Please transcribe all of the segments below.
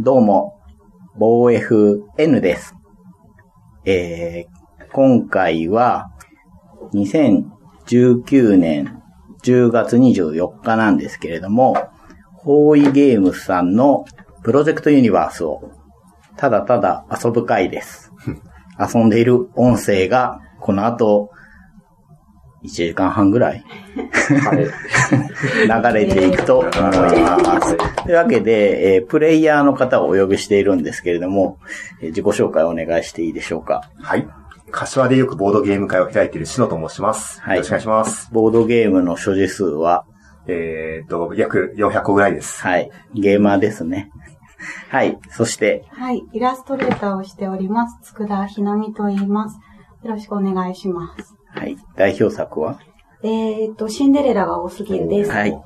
どうも、防 FN です。えー、今回は、2019年10月24日なんですけれども、方位ゲームスさんのプロジェクトユニバースを、ただただ遊ぶ会です。遊んでいる音声が、この後、1時間半ぐらいはい。流れていくと思います。というわけで、えープレイヤーの方をお呼びしているんですけれども、えー自己紹介をお願いしていいでしょうか。はい。柏でよくボードゲーム会を開いている篠と申します。はいよろしくお願いします。ボードゲームの所持数は、えーっと、約400個ぐらいです。はい、ゲーマーですね。はい、そして、はい、イラストレーターをしております。つくだひなみと言います。よろしくお願いします。はい、代表作は、えー、っと、シンデレラが多すぎるです。はい。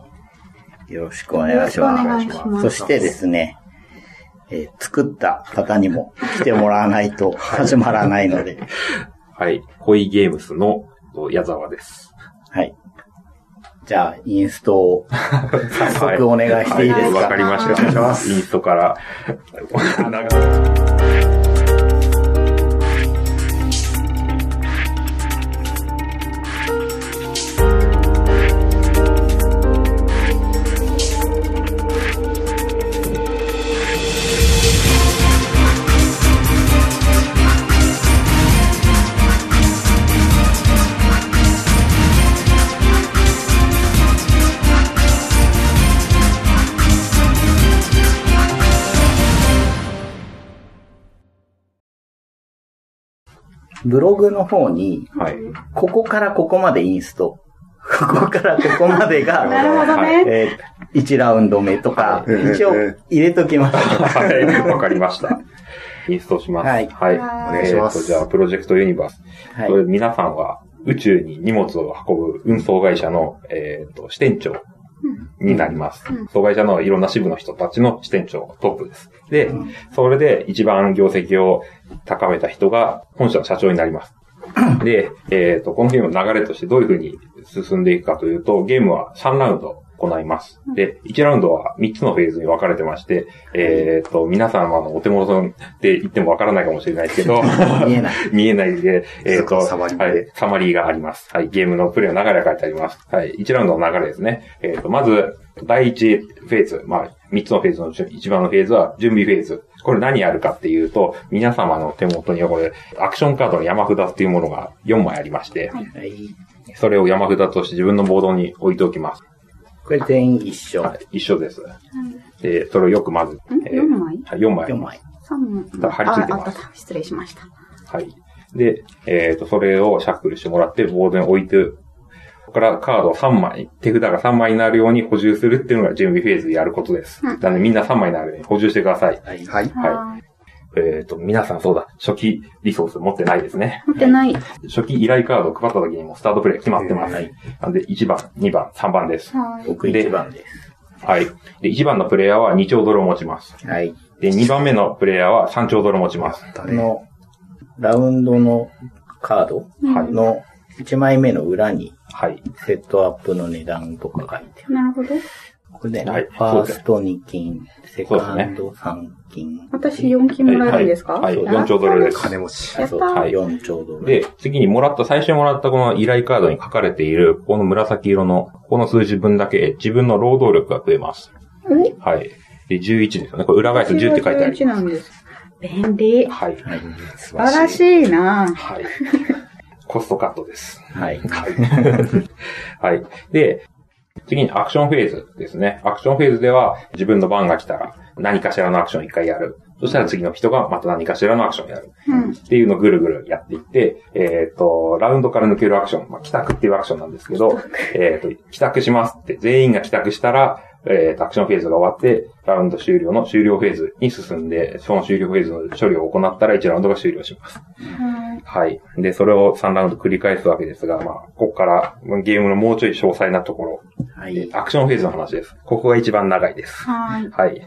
よろしくお願いします。よろしくお願いしますそしてですね、えー作った方にも来てもらわないと始まらないので、はい。恋ゲームスの矢沢です。はい。じゃあ、インストを早速お願いしていいですか。わかりました。お願いしますインストから。ブログの方に、はい。ここからここまでインスト。ここからここま でなが、るほどね。えー、1ラウンド目とか、はい一応入れときます。はい。わかりました。インストします。はいはい。お願いしますえーとじゃあ、プロジェクトユニバース。はそれい。で皆さんは宇宙に荷物を運ぶ運送会社の、えー、と支店長になります。うん総会社のいろんな支部の人たちの支店長、トップです。で、それで一番業績を高めた人が本社の社長になり ます。で、えっ、と、このゲームの流れとしてどういうふうに進んでいくかというと、ゲームは3ラウンド行います。で、1ラウンドは3つのフェーズに分かれてまして、えっ、と、皆さんはあのお手元で言っても分からないかもしれないです けど、見えない。 見えないで、えっ、と、サマリーではい、サマリーがあります。はい、ゲームのプレイの流れが書いてあります。はい、1ラウンドの流れですね。えっ、と、まず、第1フェーズ、まあ、3つのフェーズのうち一番のフェーズは準備フェーズ。これ何やるかっていうと、皆様の手元にはこれ、アクションカードの山札っていうものが4枚ありまして、はいそれを山札として自分のボードに置いておきます。これ全員一緒。はい、一緒です。で、それをよくまず、んえー4枚はい、4枚あり4ます。枚。 3だ貼り付いてまあ、すあったった。失礼しました。はい。で、えっ、と、それをシャッフルしてもらって、ボードに置いて、ここからカード3枚、手札が3枚になるように補充するっていうのが準備フェーズでやることです。うなんのでみんな3枚になるように補充してください。はい。はい。はえっ、と、皆さんそうだ、初期リソース持ってないですね。持ってない。は初期依頼カードを配った時にもうスタートプレイ決まってます。はいなので、1番、2番、3番です。い。僕一番ではい。で、1番のプレイヤーは2兆ドルを持ちます。す。はい。で、2番目のプレイヤーは3兆ドルを持ちます。こだね。の、ラウンドのカードはい。の1枚目の裏に、はい。セットアップの値段とか書いてある。なるほど。これね、はいファースト2金、セカンド3金、私4金もらえるんですかはい、そう4兆ドルです。金持ち。やあったそうはい4兆ドル。で、次にもらった、最初にもらったこの依頼カードに書かれている、この紫色の、この数字分だけ自分の労働力が増えます。えはい。で、11ですよね。これ裏返すと10って書いてあ11りまなす。んです。便利。はい。はい。素素晴らしいなはい。コストカットです。はい。はい。はい。で、次にアクションフェーズですね。アクションフェーズでは自分の番が来たら何かしらのアクションを一回やる。そしたら次の人がまた何かしらのアクションをやる。うんっていうのをぐるぐるやっていって、えっ、と、ラウンドから抜けるアクション、まあ、帰宅っていうアクションなんですけど、えっ、と、帰宅しますって全員が帰宅したら、えーと、アクションフェーズが終わって、ラウンド終了の終了フェーズに進んで、その終了フェーズの処理を行ったら1ラウンドが終了します。はいはい。で、それを3ラウンド繰り返すわけですが、まあ、ここからゲームのもうちょい詳細なところ、はい。アクションフェーズの話です。ここが一番長いです。はい。はい。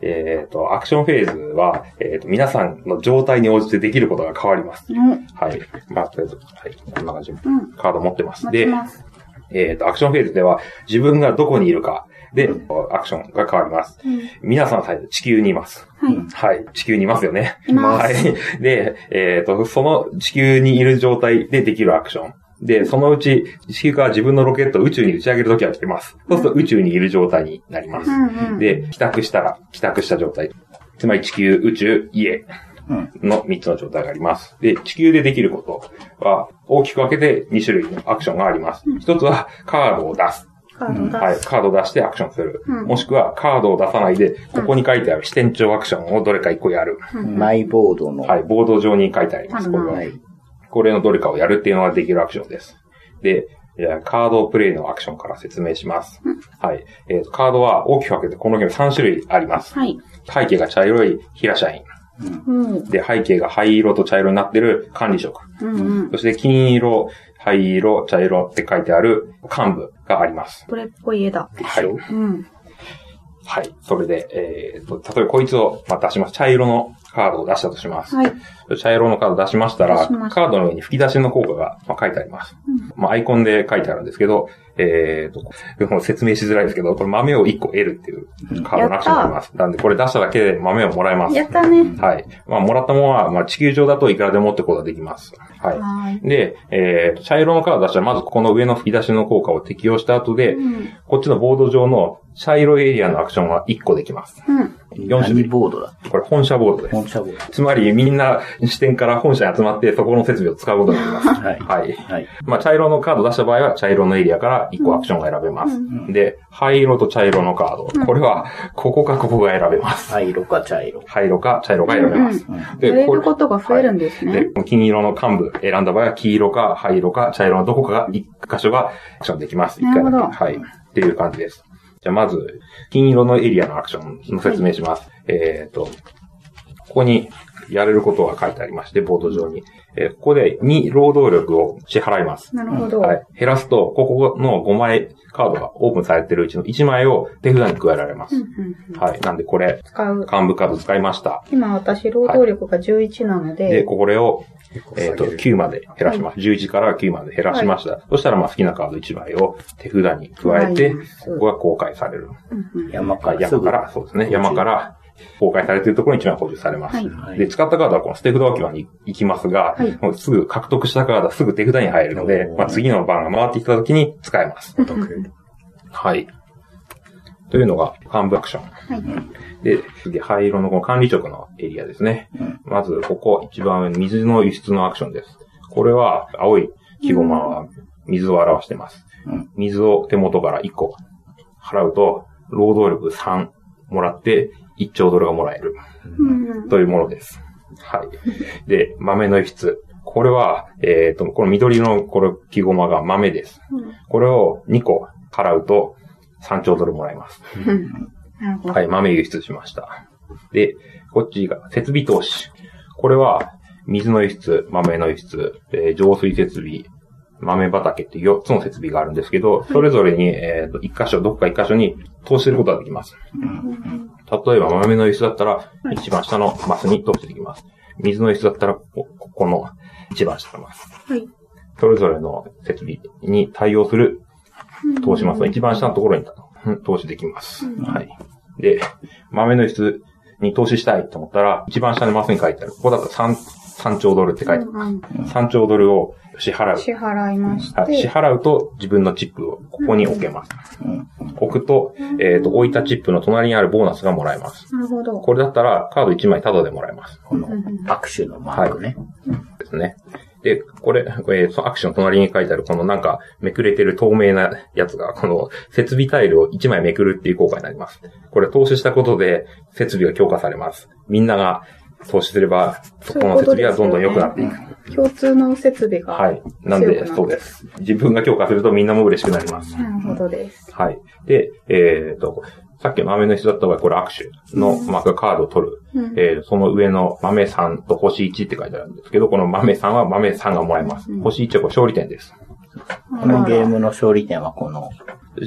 えっ、と、アクションフェーズは、えっ、と、皆さんの状態に応じてできることが変わります。うん。はい。まあ、とりあえず、はい。こんな感じ。うん。カード持ってます。待ちで、ます。えっ、と、アクションフェーズでは、自分がどこにいるか、で、アクションが変わります。うん皆さん最初、地球にいます。はい。はい。地球にいますよね。いますはい。で、えっ、と、その地球にいる状態でできるアクション。で、そのうち、地球から自分のロケットを宇宙に打ち上げるときは来てます。そうすると宇宙にいる状態になりますう。んうん。で、帰宅したら、帰宅した状態。つまり地球、宇宙、家うんの3つの状態があります。で、地球でできることは、大きく分けて2種類のアクションがあります。一つは、カードを出す。カード出す。はい、カードを出してアクションする。うんもしくは、カードを出さないで、ここに書いてある支店長アクションをどれか1個やる。マイボードの、はい、ボード上に書いてあります。これははいこれのどれかをやるっていうのができるアクションです。で、えーカードプレイのアクションから説明します。はい。えーとカードは大きく分けてこのゲーム3種類あります。はい。背景が茶色い平社員。うん。で、背景が灰色と茶色になってる管理職。うんうん。そして金色、灰色、茶色って書いてある幹部があります。これっぽい絵だ。はい。うん。はい。それで、えーと、例えばこいつをまあ出します。茶色のカードを出したとします。はい。茶色のカード出しましたら、出しましたカードの上に吹き出しの効果がまあ書いてあります。まあ、アイコンで書いてあるんですけど、えーと、これ説明しづらいですけど、これ豆を1個得るっていうカードのアクションになります。なんで、これ出しただけで豆をもらえます。やったね。はい。まあ、もらったものは、まあ、地球上だといくらでもってことができます。ははい。い。で、えー、茶色のカード出したら、まずここの上の吹き出しの効果を適用した後で、うん。こっちのボード上の茶色いエリアのアクションは1個できます。うん。 4種何類。ボードだこれ本社ボードです。本社ボード。つまり、みんな視点から本社に集まって、そこの設備を使うことになります。はい。はい。はい。まあ、茶色のカード出した場合は、茶色のエリアから1個アクションが選べます。で、灰色と茶色のカード。これは、ここかここが選べます。灰色か茶色。灰色か茶色が選べます。やれこることが増えるんですね。で、金色の幹部選んだ場合は、黄色か灰色か茶色のどこかが、一箇所がアクションできます。一なるほどだけはい。っていう感じです。じゃあ、まず、金色のエリアのアクションの説明します。えっ、と、ここに、やれることが書いてありまして、ボード上に。えーここで2労働力を支払います。なるほど。はい。減らすと、ここの5枚カードがオープンされてるうちの1枚を手札に加えられまうんす。うんうんはい。なんでこれ、使う。幹部カード使いました。今私、労働力が11なので、で、これを、えっ、と、結9まで減らします。11から9まで減らしました。そしたら、まあ、好きなカード1枚を手札に加え加えてます、ここが公開される。うんうん山からす山ぐ。から、そうですね、山から公開されているところに1枚補充されます。はいはいで、使ったカードはこの捨て札置き場に行きますが、はいもうすぐ獲得したカードはすぐ手札に入るのでお、ーまあ、次の番が回ってきた時に使えます。構お得。はい。というのが、幹部アクション。はい。で、次、灰色のこの管理職のエリアですね。うんまず、ここ、一番上の水の輸出のアクションです。これは、青い木駒は水を表してます。うん水を手元から1個払うと、労働力3もらって、1兆ドルがもらえる。うんうんというものです。はい。で、豆の輸出。これは、えっ、と、この緑のこの木駒が豆です。これを2個払うと、3兆ドルもらえます。うんなるほどは。い、豆輸出しました。で、こっちが設備投資。これは、水の輸出、豆の輸出、えー浄水設備、豆畑っていう4つの設備があるんですけど、それぞれに、えっ、と、一箇所、どっか一箇所に投資することができます。例えば、豆の輸出だったら、一番下のマスに投資できます。水の輸出だったら、ここここの一番下のマス。はい。それぞれの設備に対応する投資ますので、一番下のところにうん投資できます。はい。で、豆の質に投資したいと思ったら、一番下のマスに書いてある。ここだと3、3兆ドルって書いてある。うんうん3兆ドルを支払う。支払いましはい支て、払うと自分のチップをここに置けます。うん置くと、えっ、と、置いたチップの隣にあるボーナスがもらえます。なるほど。これだったらカード1枚タダでもらえます。このうんうん握手のマークね。ですね。で、これ、えーそのアクションの隣に書いてある、このなんか、めくれてる透明なやつが、この設備タイルを1枚めくるっていう効果になります。これ投資したことで、設備が強化されます。みんなが投資すれば、そこの設備がどんどん良くなっていく。共通の設備が。はい。なんで、強くなるそうです。自分が強化するとみんなも嬉しくなります。なるほどです。はい。で、えっ、と、さっきの豆の人だった場合、これ握手のマークがカードを取る。うんえーその上の豆さんと星1って書いてあるんですけど、この豆さんは豆さんがもらえます。星1はこれ勝利点です。このゲームの勝利点はこの、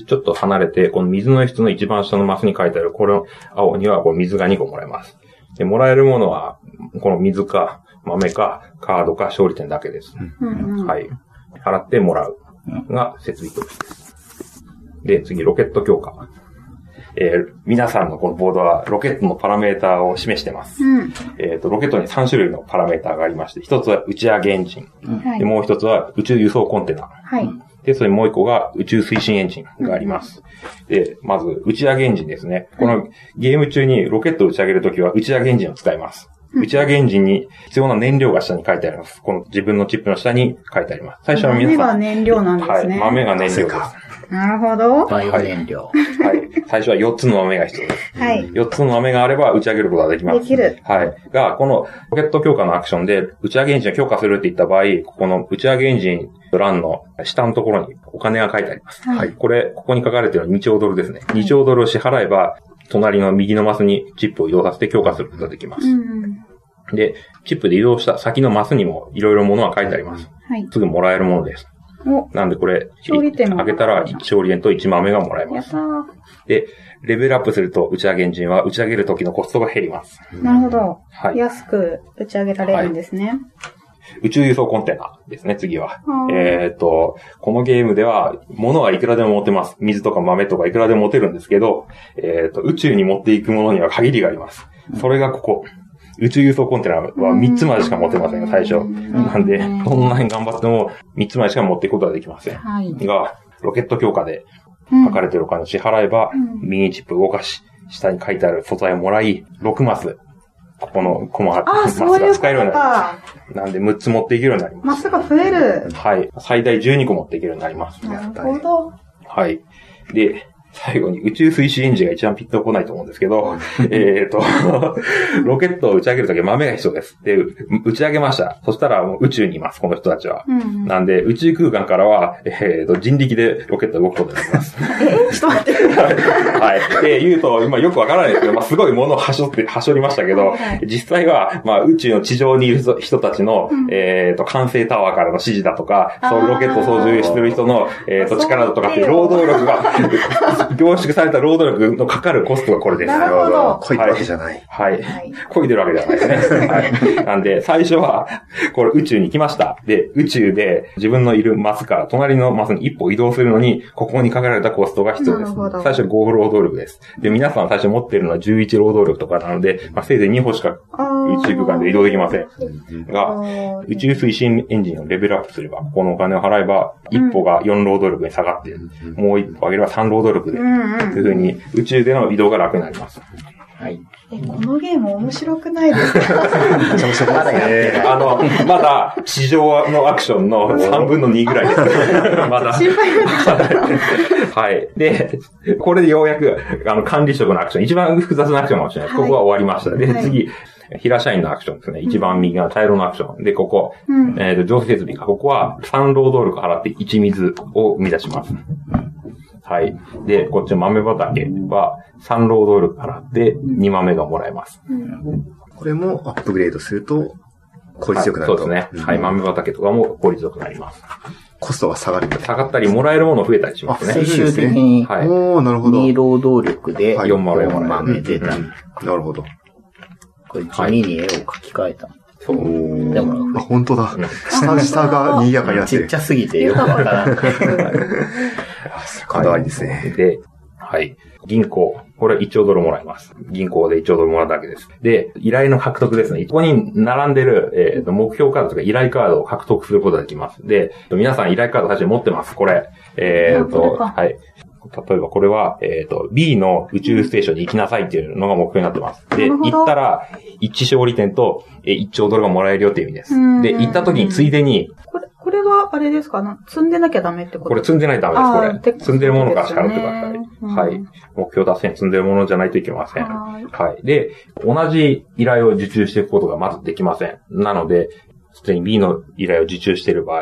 ちょっと離れて、この水の質の一番下のマスに書いてある、この青にはこれ水が2個もらえます。で、もらえるものは、この水か、豆か、カードか、勝利点だけです。うんうんはい。払ってもらう。が、設備投資です。で、次、ロケット強化。えー皆さんのこのボードはロケットのパラメーターを示してます。うん。えっ、と、ロケットに3種類のパラメーターがありまして、一つは打ち上げエンジン。はで、い。もう一つは宇宙輸送コンテナ。はい。で、それにもう一個が宇宙推進エンジンがあります。で、まず打ち上げエンジンですね。このゲーム中にロケットを打ち上げるときは打ち上げエンジンを使います。うん打ち上げエンジンに必要な燃料が下に書いてあります。この自分のチップの下に書いてあります。最初は皆豆さがん。燃料なんではすい。ね。豆が燃料です。はなるほど。バイオ燃料。い。最初は4つの豆が必要です。はい。 4つの豆があれば打ち上げることができます。できる。はい。が、このロケット強化のアクションで、打ち上げエンジンを強化するって言った場合、ここの打ち上げエンジン欄の下のところにお金が書いてあります。はいこれ、ここに書かれてる2兆ドルですね。2兆ドルを支払えば、隣の右のマスにチップを移動させて強化することができまうす。ん。で、チップで移動した先のマスにもいろいろものが書いてあります。はい。すぐもらえるものです。お、なんでこれ、勝利点もあげたら勝利円と1豆がもらえやまっすた。ー。で、レベルアップすると打ち上げエンジンは打ち上げる時のコストが減ります。なるほど。はい。安く打ち上げられるんですね。宇宙輸送コンテナですね、次は。あーえっと、このゲームでは、物はいくらでも持てます。水とか豆とかいくらでも持てるんですけど、えっと、宇宙に持っていくものには限りがあります。それがここ。宇宙輸送コンテナは3つまでしか持てませんよ、最初。なんで、そんなに頑張っても3つまでしか持っていくことはできません。はい。が、ロケット強化でうん書かれてるお金を支払えば、うんミニチップ動かし、下に書いてある素材をもらい、6マス、ここのコマ、あマあ、スそういがうこと使えるようになります。か。なんで6つ持っていけるようになりままっすぐ増える。す。はい。最大12個持っていけるようになります。なるほど。はい。で、最後に宇宙推進エンジンが一番ピッとこないと思うんですけど、 えっと、ロケットを打ち上げるときは豆が必要です。で、う打ち上げました。そしたらもう宇宙にいます、この人たちは。うん。なんで、宇宙空間からは、えっ、と、人力でロケットが動くことになります。え、ちょっと待って。 はい。で、言うと、今よくわからないですけど、まあ、すごいものをはしょって、はしょりましたけどはいはい、実際は、まあ、宇宙の地上にいる人人たちの、うんえっ、と、管制タワーからの指示だとか、あーそういうロケットを操縦してる人の、えっ、と、力だとかっていう労働 力が、凝縮された労働力のかかるコストがこれです。なるほど濃いわけじゃない。はいはい。漕いでるわけじゃないで すね。はい。なんで、最初は、これ宇宙に来ました。で、宇宙で自分のいるマスから隣のマスに一歩移動するのに、ここにかけられたコストが必要です。なるほど最初5労働力です。で、皆さん最初持ってるのは11労働力とかなので、まあ、せいぜい2歩しかあー宇宙空間で移動できません。が、あー宇宙推進エンジンをレベルアップすれば、ここのお金を払えば、一歩が4労働力に下がって、もう一歩上げれば3労働力で、うんうんというふうに宇宙での移動が楽になります。はい。え、このゲーム面白くない ですかめちゃめちゃまだやってない。あの、まだ、地上のアクションの3分の2ぐらい です。まだ。心配になってきた。はい。で、これでようやく、あの、管理職のアクション、一番複雑なアクションかもしれない。はいここは終わりました。で、はい次、平社員のアクションですね。一番右が茶色のアクション。で、ここ、うんえっ、と、上設備が、ここは3労働力払って1水を生み出します。はい。で、こっちの豆畑は3労働力払って2豆がもらえます。これもアップグレードすると、効率よくなるはいと。そうですね。はい。うん豆畑とかも効率よくなります。コストが下がる。下がったり、もらえるもの増えたりしますあね最。終的にはいおー、なるほど。 2労働力ではい4万円も4らえ万る。で出た。なるほど。これ地味に絵を描き換えた。そう。でも、あ、本当だうん。下、下が賑やかになってちっるち。ゃすぎてよくわからん。 こだわりですね。で、はい。銀行。これは1兆ドルもらいます。銀行で1兆ドルもらうだけです。で、依頼の獲得ですね。ここに並んでる、えーと、目標カードとか依頼カードを獲得することができます。で、皆さん依頼カード最初に持ってます。これ。えっ、あこと、れかはい。例えばこれは、えっ、と、B の宇宙ステーションに行きなさいっていうのが目標になってます。で、なるほど行ったら、1勝利点とえー1兆ドルがもらえるよっていう意味でうんす。で、行った時についでに、これ、これはあれですかな積んでなきゃダメってことこれ積んでないとダメあーでってこす、ことれ。積んでるものからしか払ってください。ですよねはういん。目標達成に積んでるものじゃないといけません。はーいはい。で、同じ依頼を受注していくことがまずできません。なので、すでに B の依頼を受注している場合、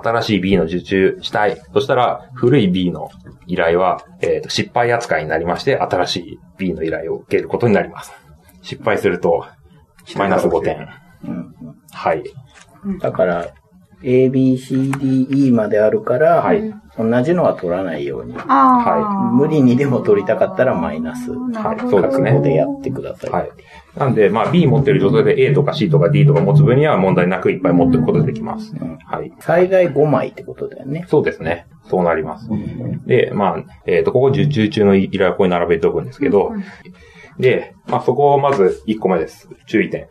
新しい B の受注したい。そしたら、古い B の依頼は、えーと失敗扱いになりまして、新しい B の依頼を受けることになります。失敗すると、マイナス5点。うんはい。だから、 A, B, C, D, E まであるから、はい同じのは取らないように。ああ。無理にでも取りたかったらマイナスなるほそどうですねここでやってください。はい。なんで、まあ B 持ってる状態で A とか C とか D とか持つ分には問題なくいっぱい持ってることができます。うんはい。最大5枚ってことだよね。そうですね。そうなります。で、まあ、えっ、と、ここ受注中のイラコに並べておくんですけど、で、まあそこをまず1個目です。注意点。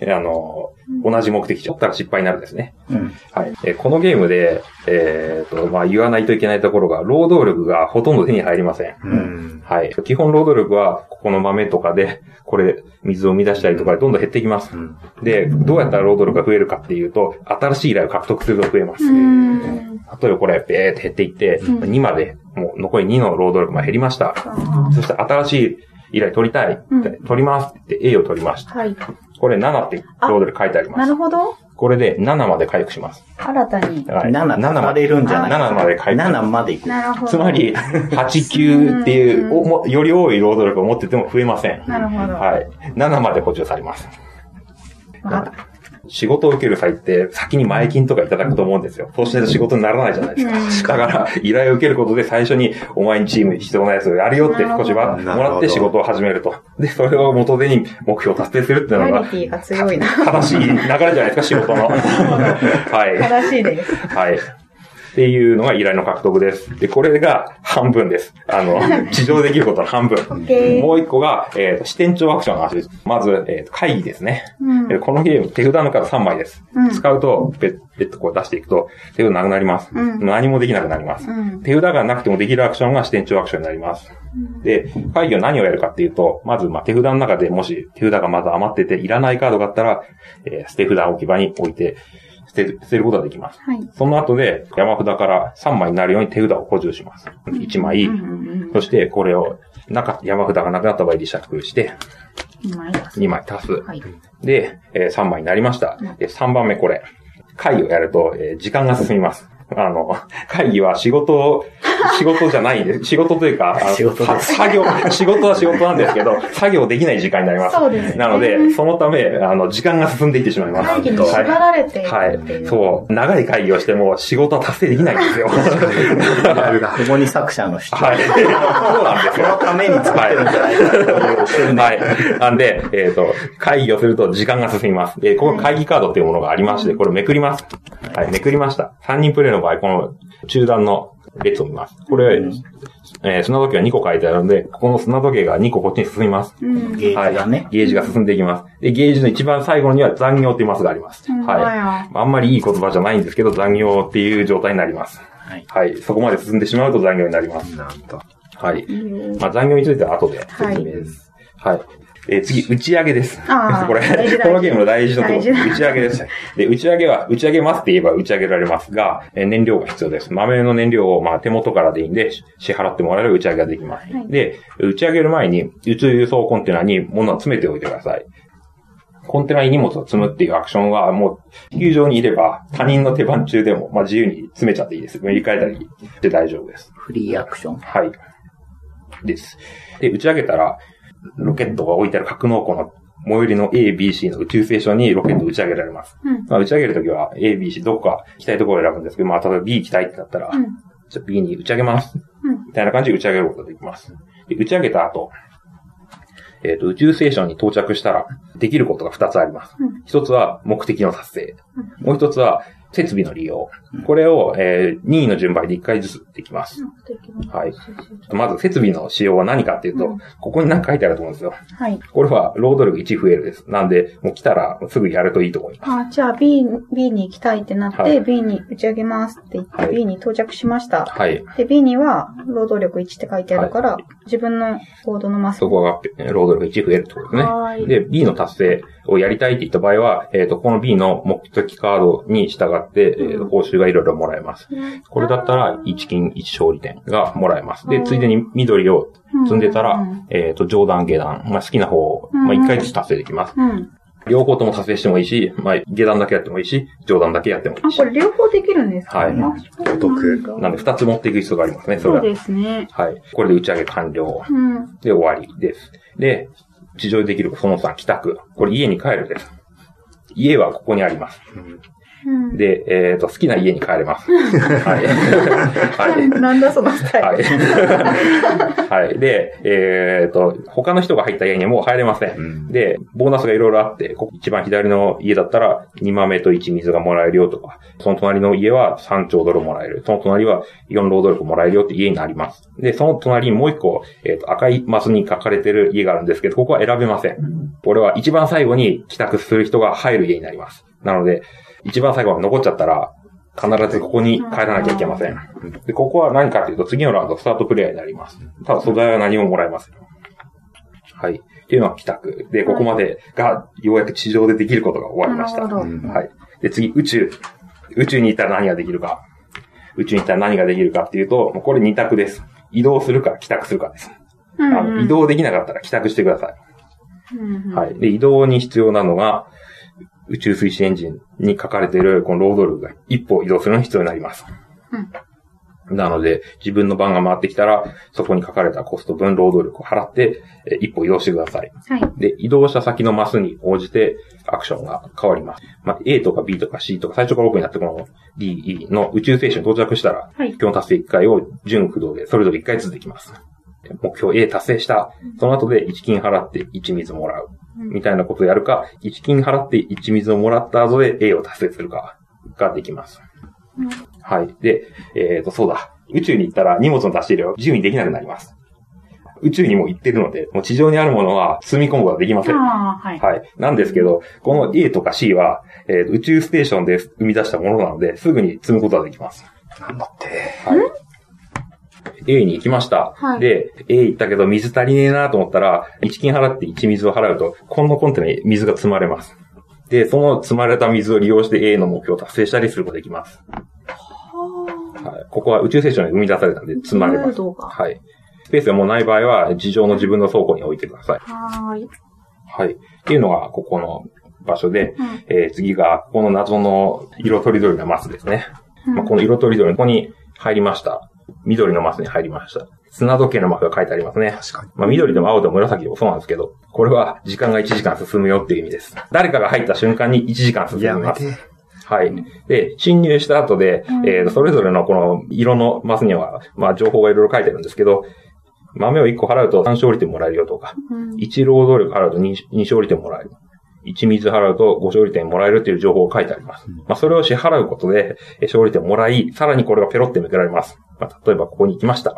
えあの、同じ目的地を取ったら失敗になるんですね。うん。はい。えーこのゲームで、えっ、と、まあ言わないといけないところが、労働力がほとんど手に入りません。うん。はい。基本労働力は、ここの豆とかで、これ、水を生み出したりとかでどんどん減っていきます。うんで、どうやったら労働力が増えるかっていうと、新しい依頼を獲得すると増えます。うん。例えばこれ、べーって減っていって、うん2まで、もう残り2の労働力が減りました。そして新しい依頼取りたい。うん取りますって言って A を取りました。はい。これ7って労働力書いてありまなす。るほど。これで7まで回復します。新たに。はい、 7 7足まさで。れるんじゃない7まで回復。 7までいく。なるほど。つまり、8、9っていう、おもより多い労働力を持ってても増えません。なるほど。はい。7まで補充されます。わかっ仕事を受ける際って、先に前金とかいただくと思うんですよ。そうしないと仕事にならないじゃないですか。だから、依頼を受けることで最初に、お前にチームに必要なやつをやるよってなるほど少しはもらって仕事を始めると。で、それを元手に目標を達成するってた。いうのラがリ、ティが強いな。正しい流れじゃないですか、仕事の。 はい。正しいです。 はい。っていうのが依頼の獲得です。で、これが半分です。あの、地上できることの半分。ケーもう一個が、えーと、支店長アクションの話です。まず、えーと会議ですね。うんえーこのゲーム、手札の数3枚です。うん使うと、ペッ、ペッとこう出していくと、手札なくなります。うん何もできなくなります。うん。手札がなくてもできるアクションが支店長アクションになります。で、会議は何をやるかっていうと、まず、まあ、手札の中でもし手札がまず余ってていらないカードがあったら、えー捨て札置き場に置いて、捨てる、捨てることができます。はい。その後で山札から3枚になるように手札を補充します。1枚、うんうんそしてこれをなか山札がなくなった場合リシャッフルしてうん。今いいです2枚足す。はい。で、え3枚になりましたうん。で、3番目これ。会をやると、えー時間が進みます。あの、会議は仕事 を、仕事じゃないんです。仕事というか、あの仕事です作業、仕事は仕事なんですけど、作業できない時間になります。そうですねなので、そのため、あの、時間が進んでいってしまいます。会議に縛られているはっていい。う。そう。長い会議をしても仕事は達成できないんですよ。 なるなここに作者の主張。はい。そうなんですこのよ。ために作ってるんじゃないかという主張ねはい。なんで、えっ、と、会議をすると時間が進みます。で、ここ会議カードっていうものがありまして、これめくります。はい、めくりました。3人プレイの場合、この中段の列を見ます。これ、うんえー砂時計が2個書いてあるので、ここの砂時計が2個こっちに進みます。うん。ゲージがねはい。。ゲージが進んでいきます。で、ゲージの一番最後には残業っていうマスがあります。うんはい。あんまりいい言葉じゃないんですけど、残業っていう状態になります。はい。はい。そこまで進んでしまうと残業になります。なんと。はい。まあ、残業については後で説明です。はい。えー次、打ち上げです。あー これ、大事大事このゲームの大事なところ、大事な打ち上げです。で、打ち上げは、打ち上げますって言えば打ち上げられますが、えー燃料が必要です。豆の燃料を、まあ、手元からでいいんで、し支払ってもらえる打ち上げができます。はいで、打ち上げる前に、宇宙輸送コンテナに物を詰めておいてください。コンテナに荷物を積むっていうアクションは、もう、地球上にいれば、他人の手番中でも、まあ、自由に詰めちゃっていいです。塗り替えたりして大丈夫です。フリーアクション。はい。です。で、打ち上げたら、ロケットが置いてある格納庫の最寄りの A、B、C の宇宙ステーションにロケットを打ち上げられます。うんまあ、打ち上げるときは A、B、C どこか行きたいところを選ぶんですけど、まあ、例えば B 行きたいってなったら、うんじゃあ B に打ち上げます。うんみたいな感じで打ち上げることができます。で打ち上げた後、えっ、と、宇宙ステーションに到着したら、できることが2つありますうん。一、つは目的の達成。うもう一つは設備の利用。これを、えー任意の順番で1回ずつできます。はい。まず設備の使用は何かっていうと、うんここに何か書いてあると思うんですよ。はい。これは労働力1増えるです。なんで、もう来たらすぐやるといいと思います。あじゃあ B、B に行きたいってなって、はい B に打ち上げますって言って、はい B に到着しました。はい。で、B には、労働力1って書いてあるから、自分の行動のマスそこがえー労働力1増えるってことですはーね。いで、B の達成をやりたいって言った場合は、えっ、と、この B の目的カードに従って、えー報酬がいろいろもらえます。これだったら、1金1勝利点がもらえます。で、ついでに緑を積んでたうらん、えっ、と、上段下段、まあ、好きな方を、まあ、1回ずつ達成できます。うん。両方とも達成してもいいし、まあ、下段だけやってもいいし、上段だけやってもいあい、しこ。れ両方できるんですかはいあそうなんだお得なんで、二つ持っていく必要がありますね、そそうれは。ですね。はい。これで打ち上げ完了。うん。で、終わりです。で、地上でできるその3、帰宅。これ家に帰るです。家はここにあります。うん、で、えっ、と、好きな家に帰 れます。はい。はい。なんだそのスタイル。はい。 はい。で、えっ、と、他の人が入った家にはもう入れません。ん。で、ボーナスがいろいろあって、ここ一番左の家だったら2豆と1水がもらえるよとか、その隣の家は3兆ドルもらえる、その隣は4労働力もらえるよって家になります。で、その隣にもう一個、えっ、と、赤いマスに書かれてる家があるんですけど、ここは選べません。これは一番最後に帰宅する人が入る家になります。なので、一番最後まで残っちゃったら、必ずここに帰らなきゃいけません。で、ここは何かというと、次のラウンドスタートプレイヤーになります。ただ、素材は何ももらえません。はい。っていうのは帰宅。で、ここまでが、ようやく地上でできることが終わりました。なるほどうんはい。で、次、宇宙。宇宙に行ったら何ができるか。宇宙に行ったら何ができるかっていうと、もうこれ二択です。移動するか帰宅するかです。うんあの移動できなかったら帰宅してください。うんはい。で、移動に必要なのが、宇宙推進エンジンに書かれている、このロードルが一歩移動するのに必要になります。なので、自分の番が回ってきたら、そこに書かれたコスト分労働力を払って、えー一歩移動してください。はい。で、移動した先のマスに応じて、アクションが変わります。まあ、A とか B とか C とか、最初からオープンになって、この D、E の宇宙ステーションに到着したら、はい目標達成1回を順駆動で、それぞれ1回ずつできます。で目標 A 達成した。その後で1金払って1水もらう。みたいなことをやるか、1金払って1水をもらった後で A を達成するかができます。はい。で、えっ、と、そうだ。宇宙に行ったら荷物の出し入れは自由にできなくなります。宇宙にも行ってるので、もう地上にあるものは積み込むことはできません。ああ、はい。はい。なんですけど、この A とか C は、えー宇宙ステーションで生み出したものなので、すぐに積むことができます。なんだって。はい。A に行きました。はいで、A 行ったけど水足りねえなと思ったら、1金払って1水を払うと、このコンテナに水が積まれます。で、その積まれた水を利用して A の目標を達成したりすることができます。はい。ここは宇宙ステーションに生み出されたんで積まれます。動画。はい。スペースがもうない場合は、地上の自分の倉庫に置いてください。はーい。はい。っていうのが、ここの場所で、うんえー次が、この謎の色とりどりのマスですね。うんまあ、この色とりどり、ここに入りました。緑のマスに入りました。砂時計のマークが書いてありますね。確かに。まあ、緑でも青でも紫でもそうなんですけど、これは時間が1時間進むよっていう意味です。誰かが入った瞬間に1時間進みやめます。て。はい。で、侵入した後で、うんえーそれぞれのこの色のマスには、まあ、情報がいろいろ書いてあるんですけど、豆を1個払うと3勝利点もらえるよとか、うん1労働力払うと 2, 2勝利点もらえる。1水払うと5勝利点もらえるという情報を書いてあります。まあ、それを支払うことで、え勝利点をもらい、さらにこれがペロってめくられます。まあ、例えばここに行きました。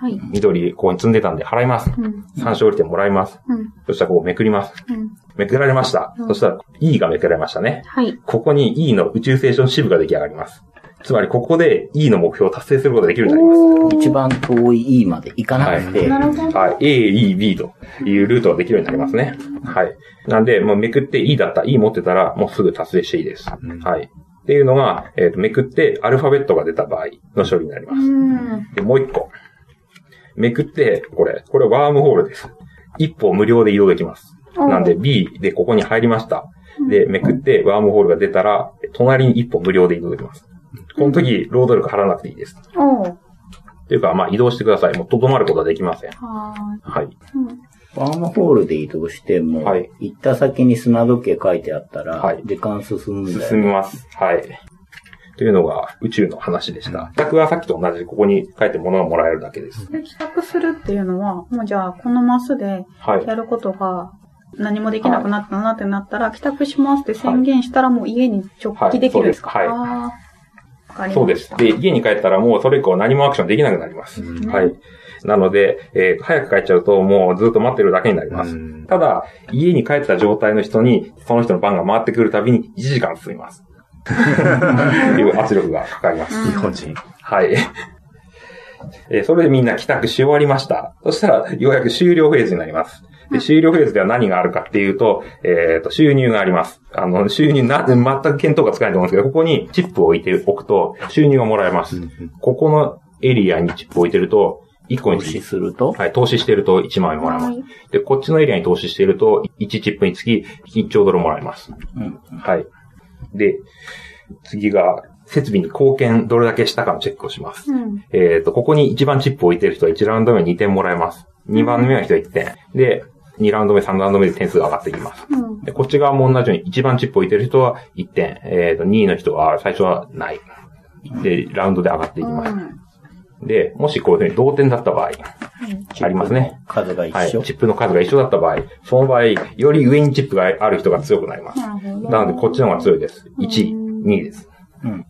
はい。緑、ここに積んでたんで払います。うん。 3勝利点もらいます。うん。そしたらここめくります。うん。めくられました。うんそしたら E がめくられましたね。はい。ここに E の宇宙ステーション支部が出来上がります。つまりここで E の目標を達成することができるようになります。おー一番遠い E まで行かなくて、なるほど。はい。A、E、B というルートができるようになりますね。はい。なんで、もうめくって E だった、E 持ってたら、もうすぐ達成していいです。うんはい。っていうのが、えっ、と、めくってアルファベットが出た場合の処理になります。うん。で、もう一個。めくって、これ、これワームホールです。一歩無料で移動できます。おうなんで B でここに入りました。で、めくってワームホールが出たら、隣に一歩無料で移動できます。この時、労働力払わなくていいです。おうというか、まあ移動してください。もうとどまることはできません。はーい。はい。ワームホールで移動してもはい、行った先に砂時計書いてあったはらい、時間進んだ進みます。はい。というのが宇宙の話でした。帰宅はさっきと同じでここに書いて物がもらえるだけです。で帰宅するっていうのは、もうじゃあ、このマスではい。やることが何もできなくなったなってなったら、帰宅しますって宣言したらもう家に直帰できるんですか、はいそうですあーわかりましたそうです。で、家に帰ったらもうそれ以降何もアクションできなくなります。うんはい。なので、えー早く帰っちゃうともうずっと待ってるだけになります。うんただ、家に帰った状態の人に、その人の番が回ってくるたびに1時間進みます。という圧力がかかります。日本人。はい。 えーそれでみんな帰宅し終わりました。そしたら、ようやく終了フェーズになります。で、終了フェーズでは何があるかっていうと、えっ、と、収入があります。あの、収入な、全く見当がつかないと思うんですけど、ここにチップを置いておくと、収入がもらえます。ここのエリアにチップを置いてると、1個に投つき資すると、はい、投資してると1万円もらえます。で、こっちのエリアに投資してると、1チップにつき1兆ドルもらえます。うんはい。で、次が、設備に貢献どれだけしたかのチェックをします。うん。えっ、と、ここに1番チップを置いてる人は1ラウンド目は2点もらえます。2番目は人1点。で、 2ラウンド目、3ラウンド目で点数が上がっていきます。うん。で、こっち側も同じように、1番チップ置いてる人は1点、えっ、と、2位の人は最初はない。で、ラウンドで上がっていきます。で、もしこういうふうに同点だった場合、ありますね。数が一はい。チ緒。ップの数が一緒だった場合、その場合、より上にチップがある人が強くなります。なるほど。なので、こっちの方が強いです。1位、2位です。うんうん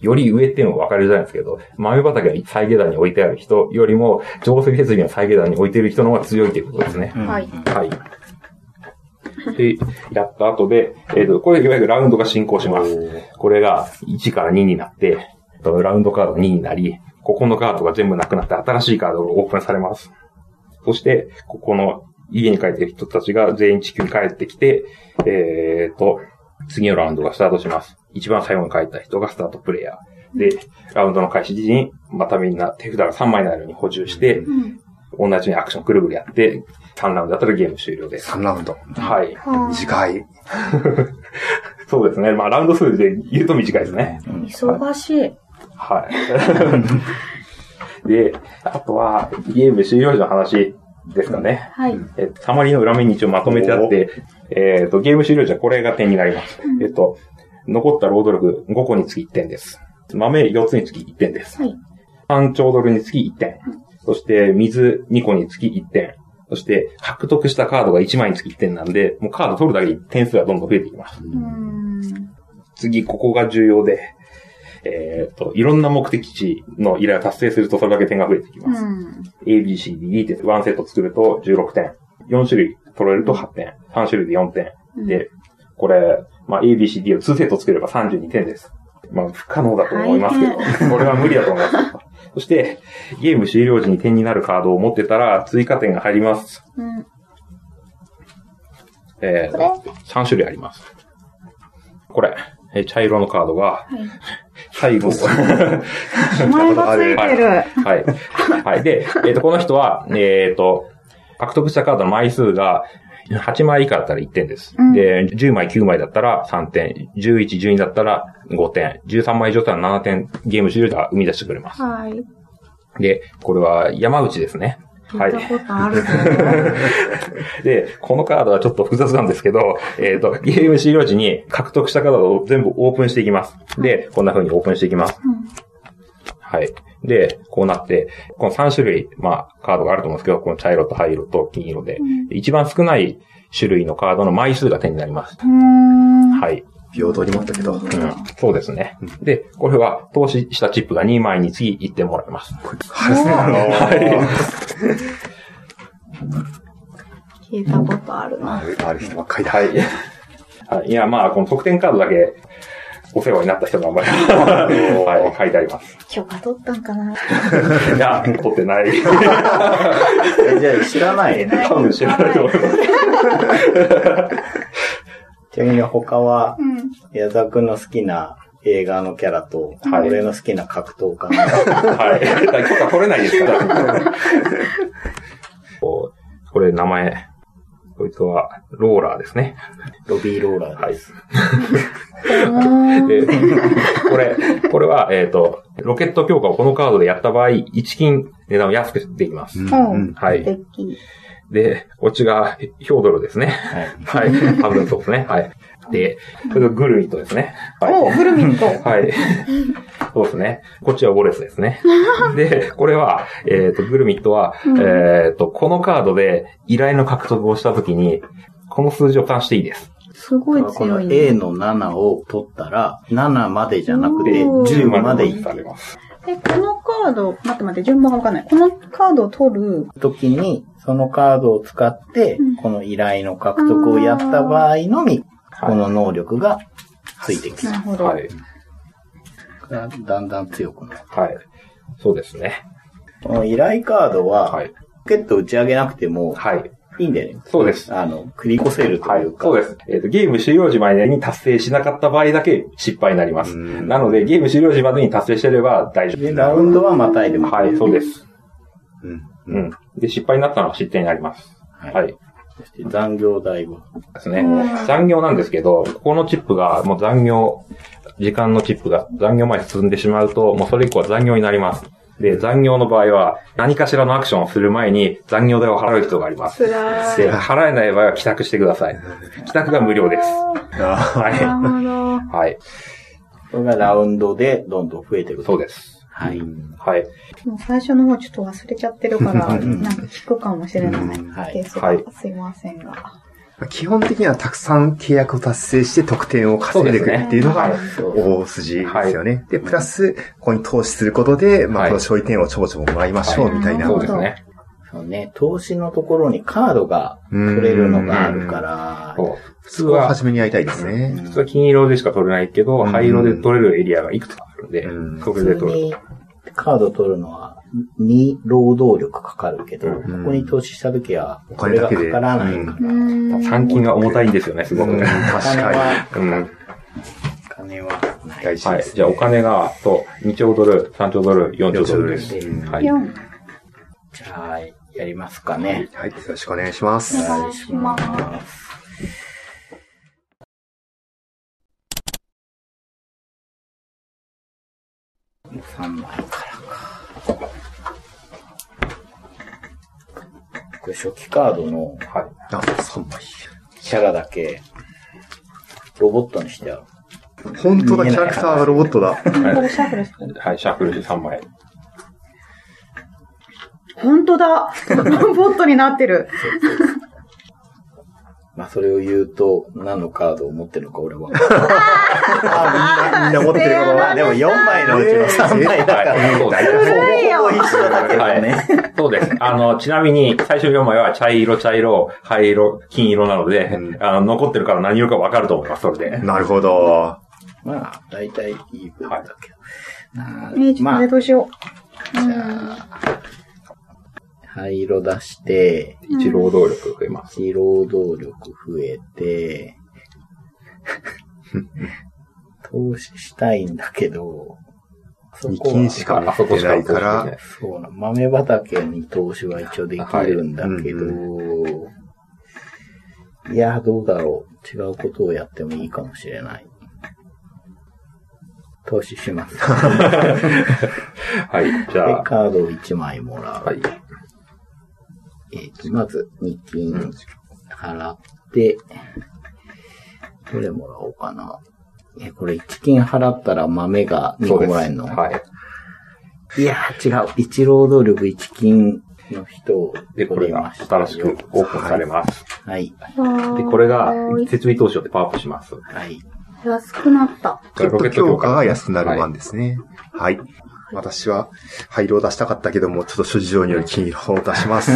より上っていうのは分かりづらいんですけど、豆畑が最下段に置いてある人よりも、浄水設備の最下段に置いてる人の方が強いということですね。うんうんはいはい。で、やった後で、えっ、と、これようやくラウンドが進行します。これが1から2になって、えっとラウンドカードが2になり、ここのカードが全部なくなって新しいカードがオープンされます。そして、ここの家に帰ってる人たちが全員地球に帰ってきて、えっ、と、次のラウンドがスタートします。一番最後に帰った人がスタートプレイヤー。で、ラウンドの開始時に、またみんな手札が3枚になるように補充して、同じようにアクションくるぐるやって、3ラウンドだったらゲーム終了です。 3ラウンド。はい。は短い。そうですね。まあ、ラウンド数で言うと短いですね。忙しい。はい。で、あとは、ゲーム終了時の話ですかね。はい。えっと、たまりの裏面に一応まとめてあって、えっと、ゲーム終了時はこれが点になります。えっと、残った労働力5個につき1点です。豆4つにつき1点です。はい単調ドルにつき1点。そして、水2個につき1点。そして、獲得したカードが1枚につき1点なんで、もうカード取るだけで点数がどんどん増えていきます。うん。次、ここが重要で、えっ、と、いろんな目的地の依頼を達成するとそれだけ点が増えてきます。A, B, C, D, E って1セット作ると16点。4種類取れると8点。3種類で4点。で、これ、まあ、A, B, C, D を2セット作れば32点です。まあ、不可能だと思いますけど、これは無理だと思います。そして、ゲーム終了時に点になるカードを持ってたら追加点が入ります。うん。えー3種類あります。これ、えー茶色のカードが、最後、名前がついてる。はい。はい。で、えっ、と、この人は、えっ、と、獲得したカードの枚数が8枚以下だったら1点です。で、10枚、9枚だったら3点、11、12だったら5点、13枚以上だったら7点、ゲーム終了では生み出してくれます。はい。で、これは山内ですね。は聞いい。たことあるぞ。で、このカードはちょっと複雑なんですけど、えっ、と、ゲーム終了時に獲得したカードを全部オープンしていきます。で、こんな風にオープンしていきます。はい。で、こうなって、この3種類、まあ、カードがあると思うんですけど、この茶色と灰色と金色で、一番少ない種類のカードの枚数が点になります。はい。平等に持ったけど。うん。そうですね。で、これは投資したチップが2枚につき1点もらえます。聞いたことあるな。あるある人ばっかりだ。はい。はい、いや、まあ、この得点カードだけ、お世話になった人の名前が、 はい、書いてあります。許可取ったんかないや、取ってない。えじゃあ知らないね。多分知らないと思います。ちなみに他は、矢沢くんの好きな映画のキャラと、はい俺の好きな格闘家の、はい。だから許可取れないですから。こうこれ、名前。こいつは、ローラーですね。ロビーローラーはでいす。。で、これ、これは、えっ、と、ロケット強化をこのカードでやった場合、1金値段を安くできます。うん。はい。ベッキー。で、こっちが、ヒョードルですね。はい。多分そうですね。はい。で、それがグルミットですね。はい。グルミット。はい。そうですね。こっちはウォレスですね。で、これは、えっ、と、グルミットは、えっ、と、このカードで依頼の獲得をしたときに、この数字を足していいです。すごいこ強のい A ね。の7を取ったら、7までじゃなくて、おー10までいいっされます。え、このカード、待って待って、順番がわかんない。このカードを取る、た時に、そのカードを使って、この依頼の獲得をやった場合のみ、この能力がついてきなるまほど。はい。す。だんだん強くなる。はい。そうですね。この依頼カードは、はい。ポケット打ち上げなくても、はい。いいんだよね。そうですあの、繰り越せるとはいい、うか。そうです。えっ、と、ゲーム終了時までに達成しなかった場合だけ失敗になります。なので、ゲーム終了時までに達成してれば大丈夫で、ラウンドはまたいでも。はい、そうです。うん。うん。で、失敗になったのは失点になります。はいはい。そして残業代は。ですね。残業なんですけど、ここのチップが、もう残業、時間のチップが残業前に進んでしまうと、もうそれ以降は残業になります。で、残業の場合は、何かしらのアクションをする前に残業代を払う人があります。つらい。で、払えない場合は帰宅してください。帰宅が無料です。はなるほど。はい。それがラウンドでどんどん増えていくそうでです。はい。はい。もう最初の方ちょっと忘れちゃってるから、なんか聞くかもしれない。はいケースがはいすいませんが。い。基本的にはたくさん契約を達成して得点を稼いでくるっていうのがはい。大筋ですよね。で、プラス、ここに投資することで、まはあ、いこの勝利点をちょぼちょぼもらいましょうみたいな。はそいうですね。そうね、投資のところにカードが取れるのがあるから、そう普通そこはは、初めにやりたいですね。普通は金色でしか取れないけど、ん灰色で取れるエリアがいくつかあるんでうん、それで普通取る。にカード取るのは2労働力かかるけど、うんここに投資した時はおこれが金かだけかでらないから、うーん。参金が重たいんですよね、すごく。ううんん。お確金かは、お金はなに。い。大事はでい。す、じゃあお金が、そう、2兆ドル、3兆ドル、4兆ドルです。はい。 4、はおじゃあ、やりますかね。はい。よろしくお願いします。願いします。 3枚からか。これ初期カードのい。あ、3枚。キャラだけ、ロボットにしてある。本当だ、キャラクターがロボット だ。これシャッフルしてる。はい、シャッフルで3枚。本当だロボットになってる。まあ、それを言うと、何のカードを持ってるのか俺は。まみんな持ってることあ、は。でも4枚のうちの3枚だから、はいそうですほぼ古いよほぼ一緒だけどね。そうです。あの、ちなみに、最初4枚は茶色、茶色、灰色、金色なので、うんあの、残ってるから何色かわかると思います、それで。なるほど。 まあ、大体いい分だけど。なあえー、ちょっとあまれあ、どうしよう。じうんゃあ、灰色出して、一労働力増えます。一労働力増えて、投資したいんだけど、そ二こ金は、しか持ってないから、そうな、豆畑に投資は一応できるんだけど、はいいや、どうだろう。違うことをやってもいいかもしれない。投資します。で、はい、じゃあ、カードを1枚もらう。はい。えーとまず、2金うん払って、どれもらおうかな。え、これ1金払ったら豆が2そう個です。もらえるの、はい。い、やー、違う。一労働力1金の人をで、これ取りがましたよ新しくオープンされます。はい。で、これがは、い設備投資でパワーアップします。はい。安くなった。ちょっと強化が安くなるは番いですね。はい。私は、配慮を出したかったけども、ちょっと諸事情により金色を出し ます。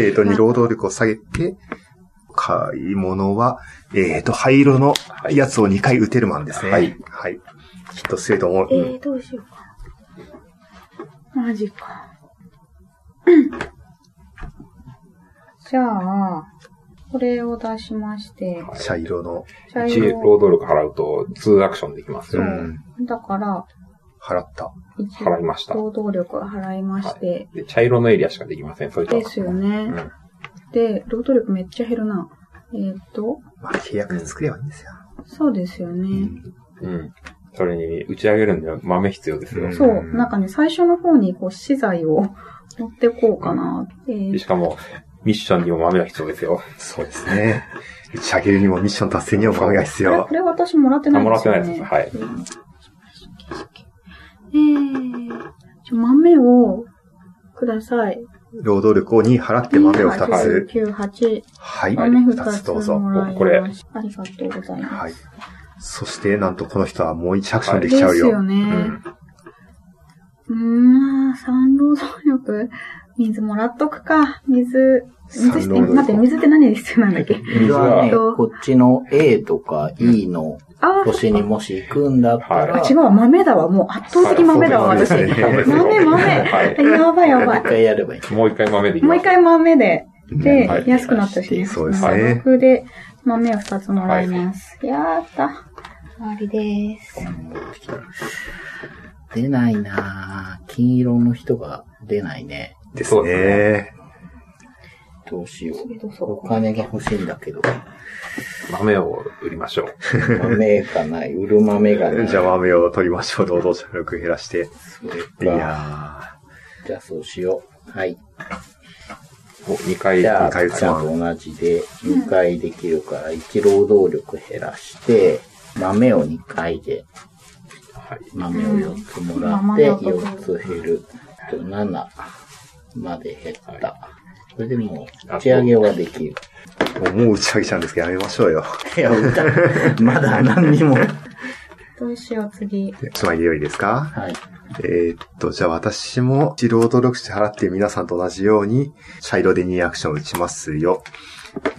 えっと、に労働力を下げて、買い物は、えっ、と、灰色のやつを2回打てるマンですね。はい。はい。きっと強いと思う。えー、どうしようかな。マジか。 じゃあ、これを出しまして、茶色の、茶1色。労働力払うと、2アクションできます。う払ん、だから、払った。いました。労働力払いまして、で、茶色のエリアしかできません、そういったのですよね。うんで、労働力めっちゃ減るな。えーっと、まあ、契約作ればいいんですよ。そうですよね。うん。それに、打ち上げるには豆必要ですよ。うんそう、なんかね、最初の方にこう資材を持ってこうかな。えーでしかも、ミッションにも豆が必要ですよ。そうですね。打ち上げるにもミッション達成にもお金が必あれ要こ。れ私もらってないんですよね。あもらってないですえー、じゃあ豆をください。労働力を2払って豆を2つ。 9、8。はい。豆2 2つつどうぞ。もらいこれました。ありがとうございます。はい。そして、なんとこの人はもう1アクションできちゃうですよ。よね。うーん、三労働力。水もらっとくか。水。水三して、労働力待って、水って何で必要なんだ っけ水はね、えっとこっちの A とか E のあー星にもし行くんだったら、は違うわ、豆だわ。もう圧倒的豆だわ、はい私。そうで豆、すね豆。はい。やばいやば一い。回やればいい。もう一回豆でいきもまうす一回豆で。で、はい安くなったしね。そうですね僕で豆を2つもらいます。やーった。終わりです。出ないなぁ。金色の人が出ないね。ですね。どうしよけどう。そうお金が欲しいんだけど、豆を売りましょう。 豆がない。売 る豆がない。じゃあ豆を取りましょう。労働者力減らして。それいか。やじゃあそうしよう。はい。お、2回。じゃあ、二回打ちつゃもんと同じで、2回できるから、1労働力減らして、豆を2回で、豆を4つもらっうて、ん豆を4つ減る。あと7まで減った。それでもう、打ち上げはできる。もう打ち上げちゃうんですけど、やめましょうよ。いや、歌、まだ何 にも。はどうしよう、次。でつまりでよいですかい。えーっと、じゃあ私も、一労働力士払って皆さんと同じように、茶色で2アクション打ちますよ。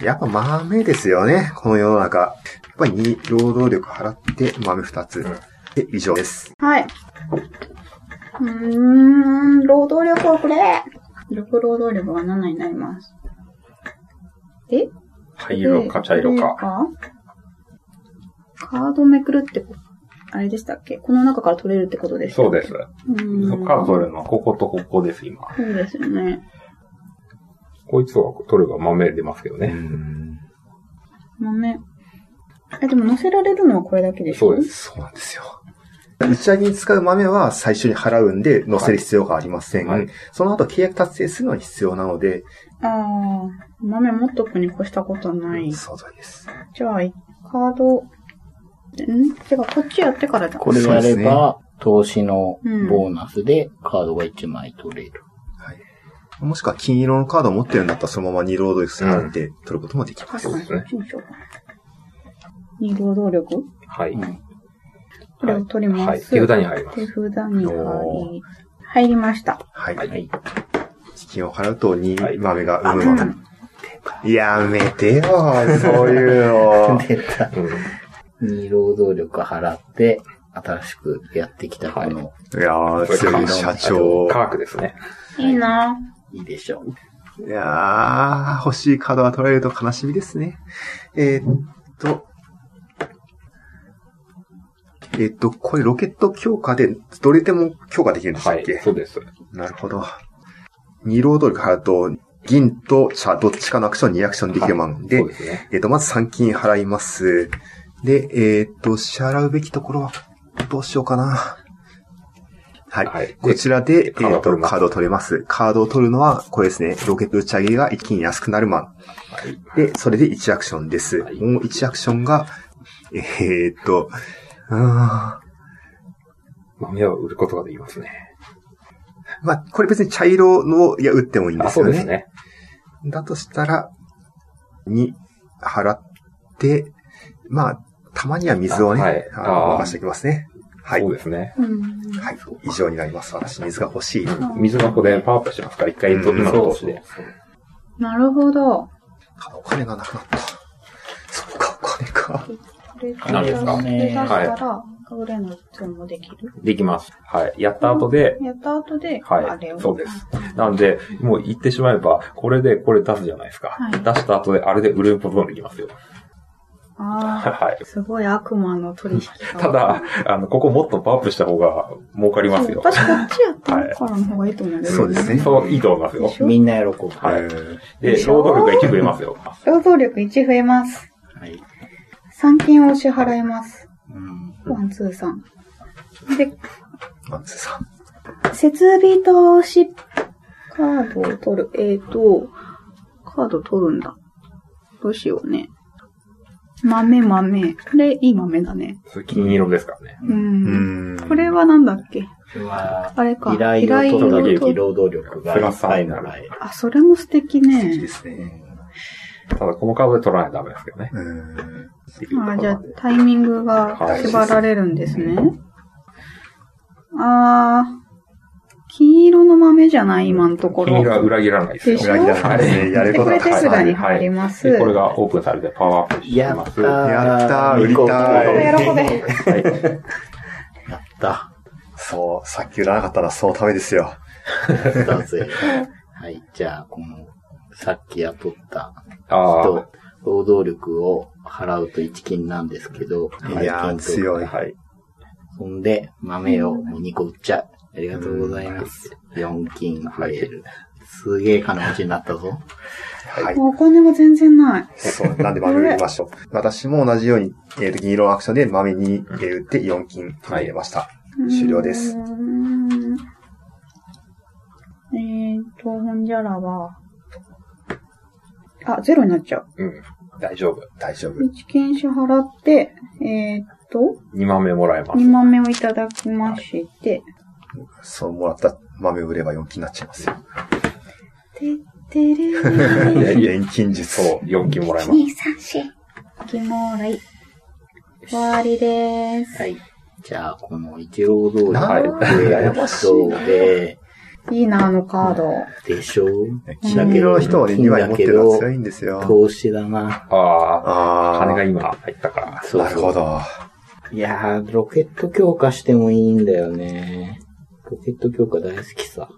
やっぱ豆ですよね、この世の中。やっぱり2労働力払って豆2つ。で、以上です。はい。うーん、労働力をくれ力労働力が7になります。え灰色か茶色か。かカードめくるってこ、あれでしたっけこの中から取れるってことですそうです。うーん。そっから取れるのはこことここです、今。そうですよね。こいつは取れば豆出ますけどうね。ん。豆。え、でも乗せられるのはこれだけでしょそうで。す。そうなんですよ。打ち上げに使う豆は最初に払うんで、乗せる必要がありません。はいその後契約達成するのに必要なので、ああ、豆持っとくに越したことはない。そうです。じゃあ、カード、んてか、こっちやってからだ。これやれば、投資のボーナスでカードが1枚取れる。はい。もしくは金色のカードを持ってるんだったらそのまま二労働力払って取ることもできます。確かに、そうこですっちねにしようかな。二労働力はい。うんこれを取ります。はい。手札に入ります。手札に入り、入りました。はい。はい。資金を払うとはい2豆がう生む豆。ん。やめてよ、そういう の。出た。うん。に労働力払って、新しくやってきたこの、いやー、強い社長。科学ですね。いいないいでしょう。いやー、欲しいカードが取られると悲しみですね。えーっと。えーっと、これロケット強化で、どれでも強化できるんでしたはっいけ、。そうです。なるほど。二労働力払うと、銀と茶、どっちかのアクション、二アクションできるもんで、そうですね。えっと、まず3金払います。で、えーっと、支払うべきところは、どうしようかな。はい。はいでこちらで、えカーードをっ取と、りますカードを取れます。カードを取るのは、これですね。ロケット打ち上げが一気に安くなるマン。で、それで1アクションです。はいもう1アクションが、えーっと、うーん。ま豆を売ることができますね。あ、これ別に茶色の、いや、打ってもいいんであ、すそようね。ですね。だとしたら、に払って、まあ、たまには水をね、あはいああー沸かしておきますね。はい。そうですね。うん。はい。以上になります。私、水が欲しい。水がここでパワーアップしますから、一回今の投資で。なるほど。お金がなくなった。そっか、お金か。これで何ですかこれ出したはいら、隠れの通もできる。できます。はい。やった後で、やった後で、あはれを。い。そうです。なんで、もう言ってしまえば、これでこれ出すじゃないですか。はい出した後で、あれで売れることもできますよ。あはい。あ、すごい悪魔の取引が。ただ、あの、ここもっとパワーアップした方が儲かりますよ。私こっちやってるからの方がいいと思うんだけどそうですねそう、いいと思いますよ。しょみんな喜ぶ。はえい。ーで、労働力が一部増えますよ。労働力1増えます。はい。参金を支払います。うん。ワン、ツー、サン。で、松井さん。設備投資カードを取る。えっ、ー、と、カード取るんだ。どうしようね。豆豆。これ、いい豆だね。それ金色ですからね。う。うんーん。これはなんだっけこれは、あれか。依頼を取るだけ依頼を取労働力がいっぱいもらえる。あ、それも素敵いいねで。すうね。んただ、このカードで取らないとダメですけどね。うーん。できるとこあろじゃなあんで、タイミングが縛られるんですね。あー、金色の豆じゃない、今のところ。金色は裏切らないですよ。でしょ裏切らないですね。やるで、こことはれた手く札さんあにる。入ります。で、これがオープンされてパワーアップしてやっまたす。ー。やったー売りたーやっ喜べ。はい。た。そう、さっき売らなかったらそのためですよ。やったぜ。はい。じゃあ、この、さっき雇ったあ人、労働力を払うと一金なんですけど、いやー、金と強あ。い。はい。そんで、豆をもう2個売っちゃう。ありがとうございます。4金増える。すげえ金持ちになったぞ。はい。お金が全然ない。そう、なんで豆売りましょう。私も同じように、えーと、銀色のアクションで豆に、えー打って4金入れました。終了ですうーん。と、ほんじゃらは、あ、ゼロになっちゃう。うん。大丈夫。大丈夫。 1検支払って、えーっと、 2万目もらえます2。万目をいただきま して、そう、もらった豆売れば4金になっちゃいますよ。てってれー。いや いや遠近術。そう、4金もらえます。 2、3、4。きもらい。終わりです。はい。じゃあ、この一郎通りなはいやばしいで、いいな、あのカード。でしょう金色の人はね、2枚持ってるのは強いんですよ。投資だな。ああ、あ金があ、今入ったから。そうなそうるほど。いやー、ロケット強化してもいいんだよね。ロケット強化大好きさ。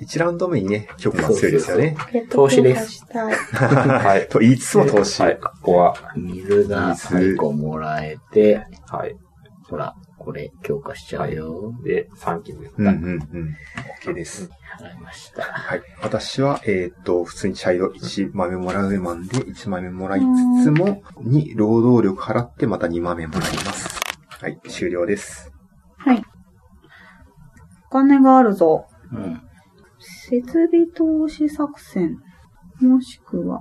1ラウンド目にね、曲が強いですよね。投資ですす。 はい。と言いつつも投資。はい、ここは、水が最個もらえて、はい。ほら、これ強化しちゃうよ。で、3金です。うんうんうん。OK です。払いました。はい。私は、えっ、と、普通に茶色1豆もらうマンで1豆もらいつつも、に労働力払ってまた2豆もらいます。はい、終了です。はい。お金があるぞ。うん。設備投資作戦。もしくは、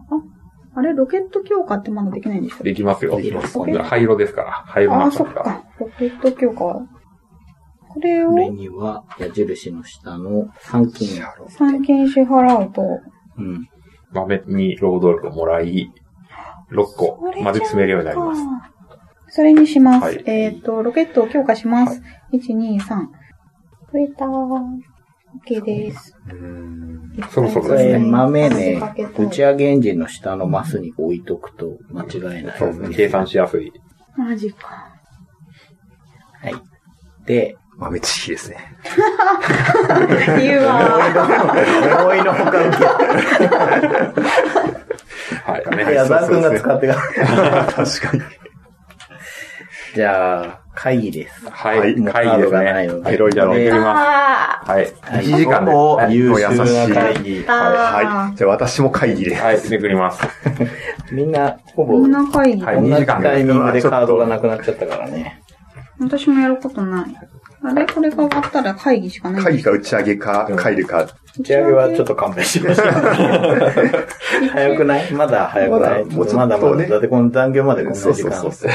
あ、あれ、ロケット強化ってまだできないんでしょできますよ。できます今度は灰色ですから。灰色あなあ、んそでっすから。か。ロケット強化は。これをこれには、矢印の下の3金。 3金支払うと、うん。豆に労働力をもらい、6個これじゃんまで詰めるようになります。それにします。はいえっ、と、ロケットを強化します。1、2、3。増えたー。OK です。うーん。そろそろこですねれ、豆ねかけ、たい打ち上げエンジンの下のマスに置いとくと間違いない。そうですね。計算しやすい。マジか。 はい。で、豆知識ですね。言うわ思いのほか受はい。けねて、矢沢くんが使ってが。確かに。じゃあ、会議です。ははいい。もうカ会ー議ドですがねないの。でペロリだろう。で送ります。あはい。はい1時間で。ここはい優優秀な会し議い。。あーはい。じゃあ私も会議で。はい、めくります。みんな、ほこぼ、同んな会議、はじい二時間タイミングでカードがなくなっちゃったからね。私もやることない。あれこれが終わったら会議しかない。会議か打ち上げか、帰るか。打ち上げはちょっと勘弁しました。 早くないまだ早くないまだもうちょっとねまだまだ。だってこの残業までこんなそう時そう間そう。。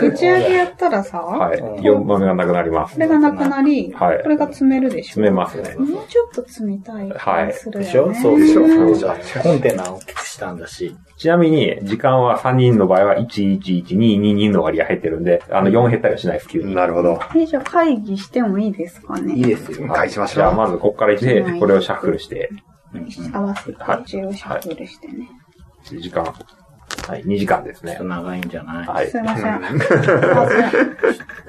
で打ち上げやったらさ、はい。4番目がなくなりますこ。れがなくなり、はいこれが詰めるでしょ。詰めますね。もうちょっと詰みたい気がするでしょよね。そうそううそそうう。コンテナを大きくしたんだし。ちなみに、時間は3人の場合は111222の割合入ってるんで、あの、4減ったりはしないです、急に。なるほど。え、じゃあ会議してもいいですかねいいですよ。返しましじゃあ、ょまずここから1で、これをシャッフルして、合わせてはい、一応シャッフルしてね。 1時間。はい、2時間ですちょっねと。長いんじゃないはいすい。ません。すいません。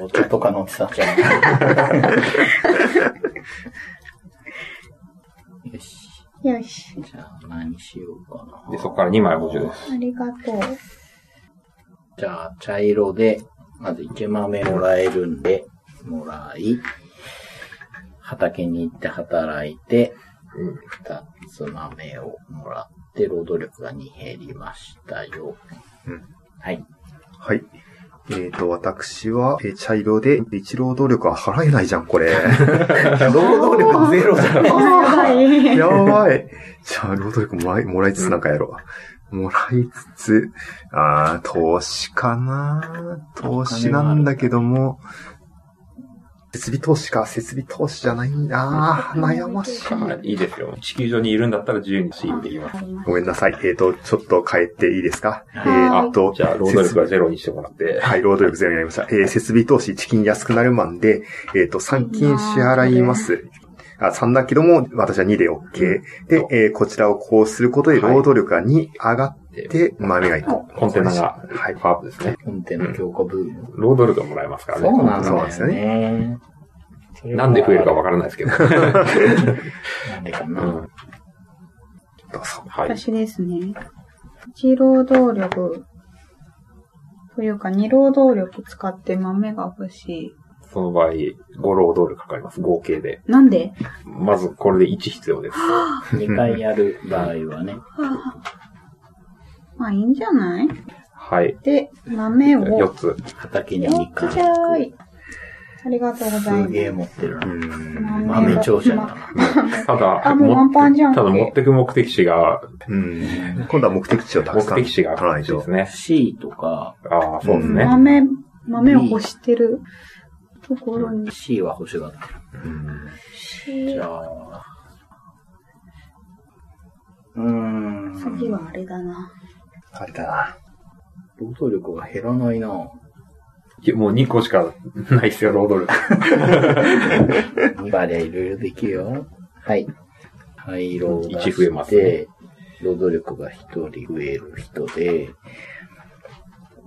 お茶とか飲んでたんじゃ ないよし。 よし。じゃあ何しようかな。で、そこから2枚補充です。ありがとう。じゃあ、茶色で、まず1豆もらえるんで、もらい、畑に行って働いて、2つ豆をもらって、労働力が2減りましたよ。うんはい。う。はい。えっ、と、私は、えー茶色で、一労働力は払えないじゃん、こ れ。労働力ゼロじゃん。やばい。やばい。じゃあ、労働力もらい、もらいつつなんかやろう。もらいつつ、あー投資かな投資なんだけども、設備投資か、設備投資じゃないんだ。あー悩ましい。はい、いいですよ。地球上にいるんだったら自由にシーンできます。ごめんなさい。えっ、と、ちょっと変えていいですかえっ、はいと、じゃあ、労働力はゼロにしてもらって、はい、労働力ゼロになりました。えー設備投資、チキン安くなるマンで、えっ、と、3金支払います。あ、3だけども、私は2で OK。で、えーこちらをこうすることで、はい労働力が2上がって、豆が1個。コンテナがはいカーブですね。コンテナ強化ブーム。労働力がもらえますからね。そうなんだそうよなんね。ですよなんで増えるかわかからないですけど。なんでかうな。んどうぞ。はい。私ですね。一労働力。というか、二労働力使って豆が欲しい。その場合、5労働力かかります。合計で。なんでまず、これで1必要です。 2回やる場合はね。まあいいんじゃないはい。で、豆を。 4つ。畑によ2っ回。きゃーい。ありがとうございますげえ持ってるな。うん。豆長者だな。ただ、あもう持ワってンパンじゃんただ持ってく目的地が、うん。今度は目的地をたく目さん的地が取らないでとす。ね。 C とか、ああ、そうですね。豆、豆を干してるところに。 C は星がってる。じゃあ、うーん。次はあれだな。あれだな。労働力が減らないなきもう2個しかないですよ、ロードル。 2割はいろいろできるよ。はい。廃炉が一増えしますねて、労働力が1人増える人で、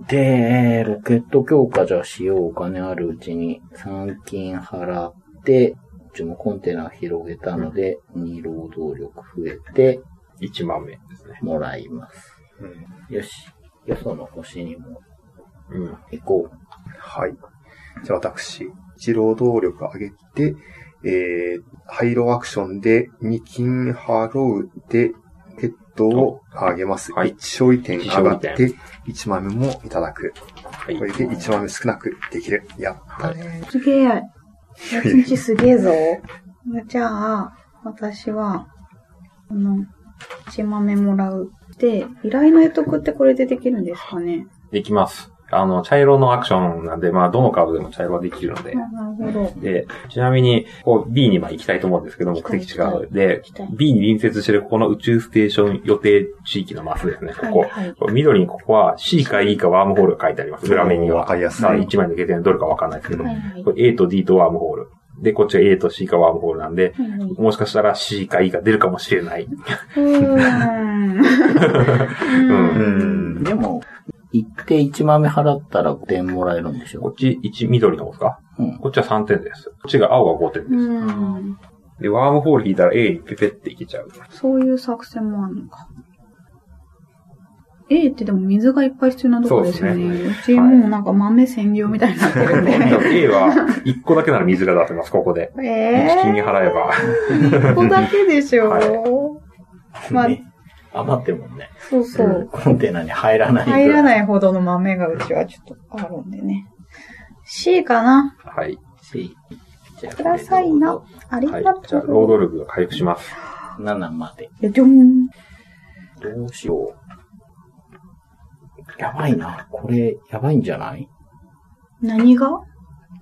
で、ロケット強化じゃしようお金あるうちに3金払って、うちもコンテナ広げたので、2労働力増えて1万目ですね。もらいます。よし。よその星にもうん。行こう。はい。じゃあ私、一労働力上げて、えー、廃炉アクションで2金払うで、ペットを上げます。はい1勝利点上がっ一勝て、1豆もいただく。はいこ。れで1豆少なくできる。やったね。すげえ。一日すげえぞ。じゃあ、私は、この、一豆もらう。で、依頼の得得ってこれでできるんですかねできます。あの、茶色のアクションなんで、まあ、どのカードでも茶色はできるので。なるほど。で、ちなみに、こう、B にまあ行きたいと思うんですけど、目きたい的地があるのできたい、 B に隣接してるここの宇宙ステーション予定地域のマスですね、こはこいはい。これ緑にここは C か E かワームホールが書いてあります。裏面には。わかりやすいまあ一枚抜けてるのどれかわかんないですけど。はいはいこれ A と D とワームホール。で、こっちは A と C かワームホールなんで、もしかしたら C か E か出るかもしれない。うーん。うん。でも、行って1豆払ったら5点もらえるんでしこょっち1、緑の方ですかうん。こっちは3点です。こっちが青が5点うです。ん。で、ワームホール引いたら A にペペっていけちゃう。そういう作戦もあるのか。A ってでも水がいっぱい必要なとこですよね。うちもうなんか豆専業みたいになってるんで。 A は1個だけなら水が出せます、ここで。え1金にえ払えば。 ー、ここだけでしょ。はまあ、ね余ってるもんね。そうそう。コンテナに入らない。入らい。ないほどの豆がうちはちょっとあるんでね。C かなはい。し、じゃあくださいな。。ありはいが。じとゃあ、う。労働力が回復します。 7まで。よじょん。どうしよう。やばいな。これ、やばいんじゃない何が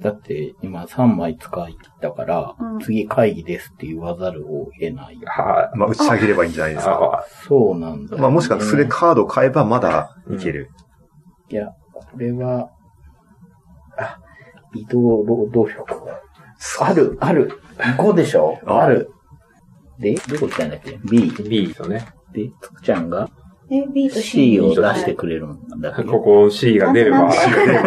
だって、今3枚使い切ったから、うん次会議ですって言わざるを得ない。はまあ、打ち下げればいいんじゃないい。ですか。あそうなんだ、まあ、もしかそれ。カードを買えばまだいける。いや、これは、あ、移動労働力が。ある、ある。5でしょあある。で、どこ行ったんだっけ ?B。 B ですよね。で、つくちゃんがえ、B と C C をに出してくれるんだっけここ C が出れば、でもね、 C を出して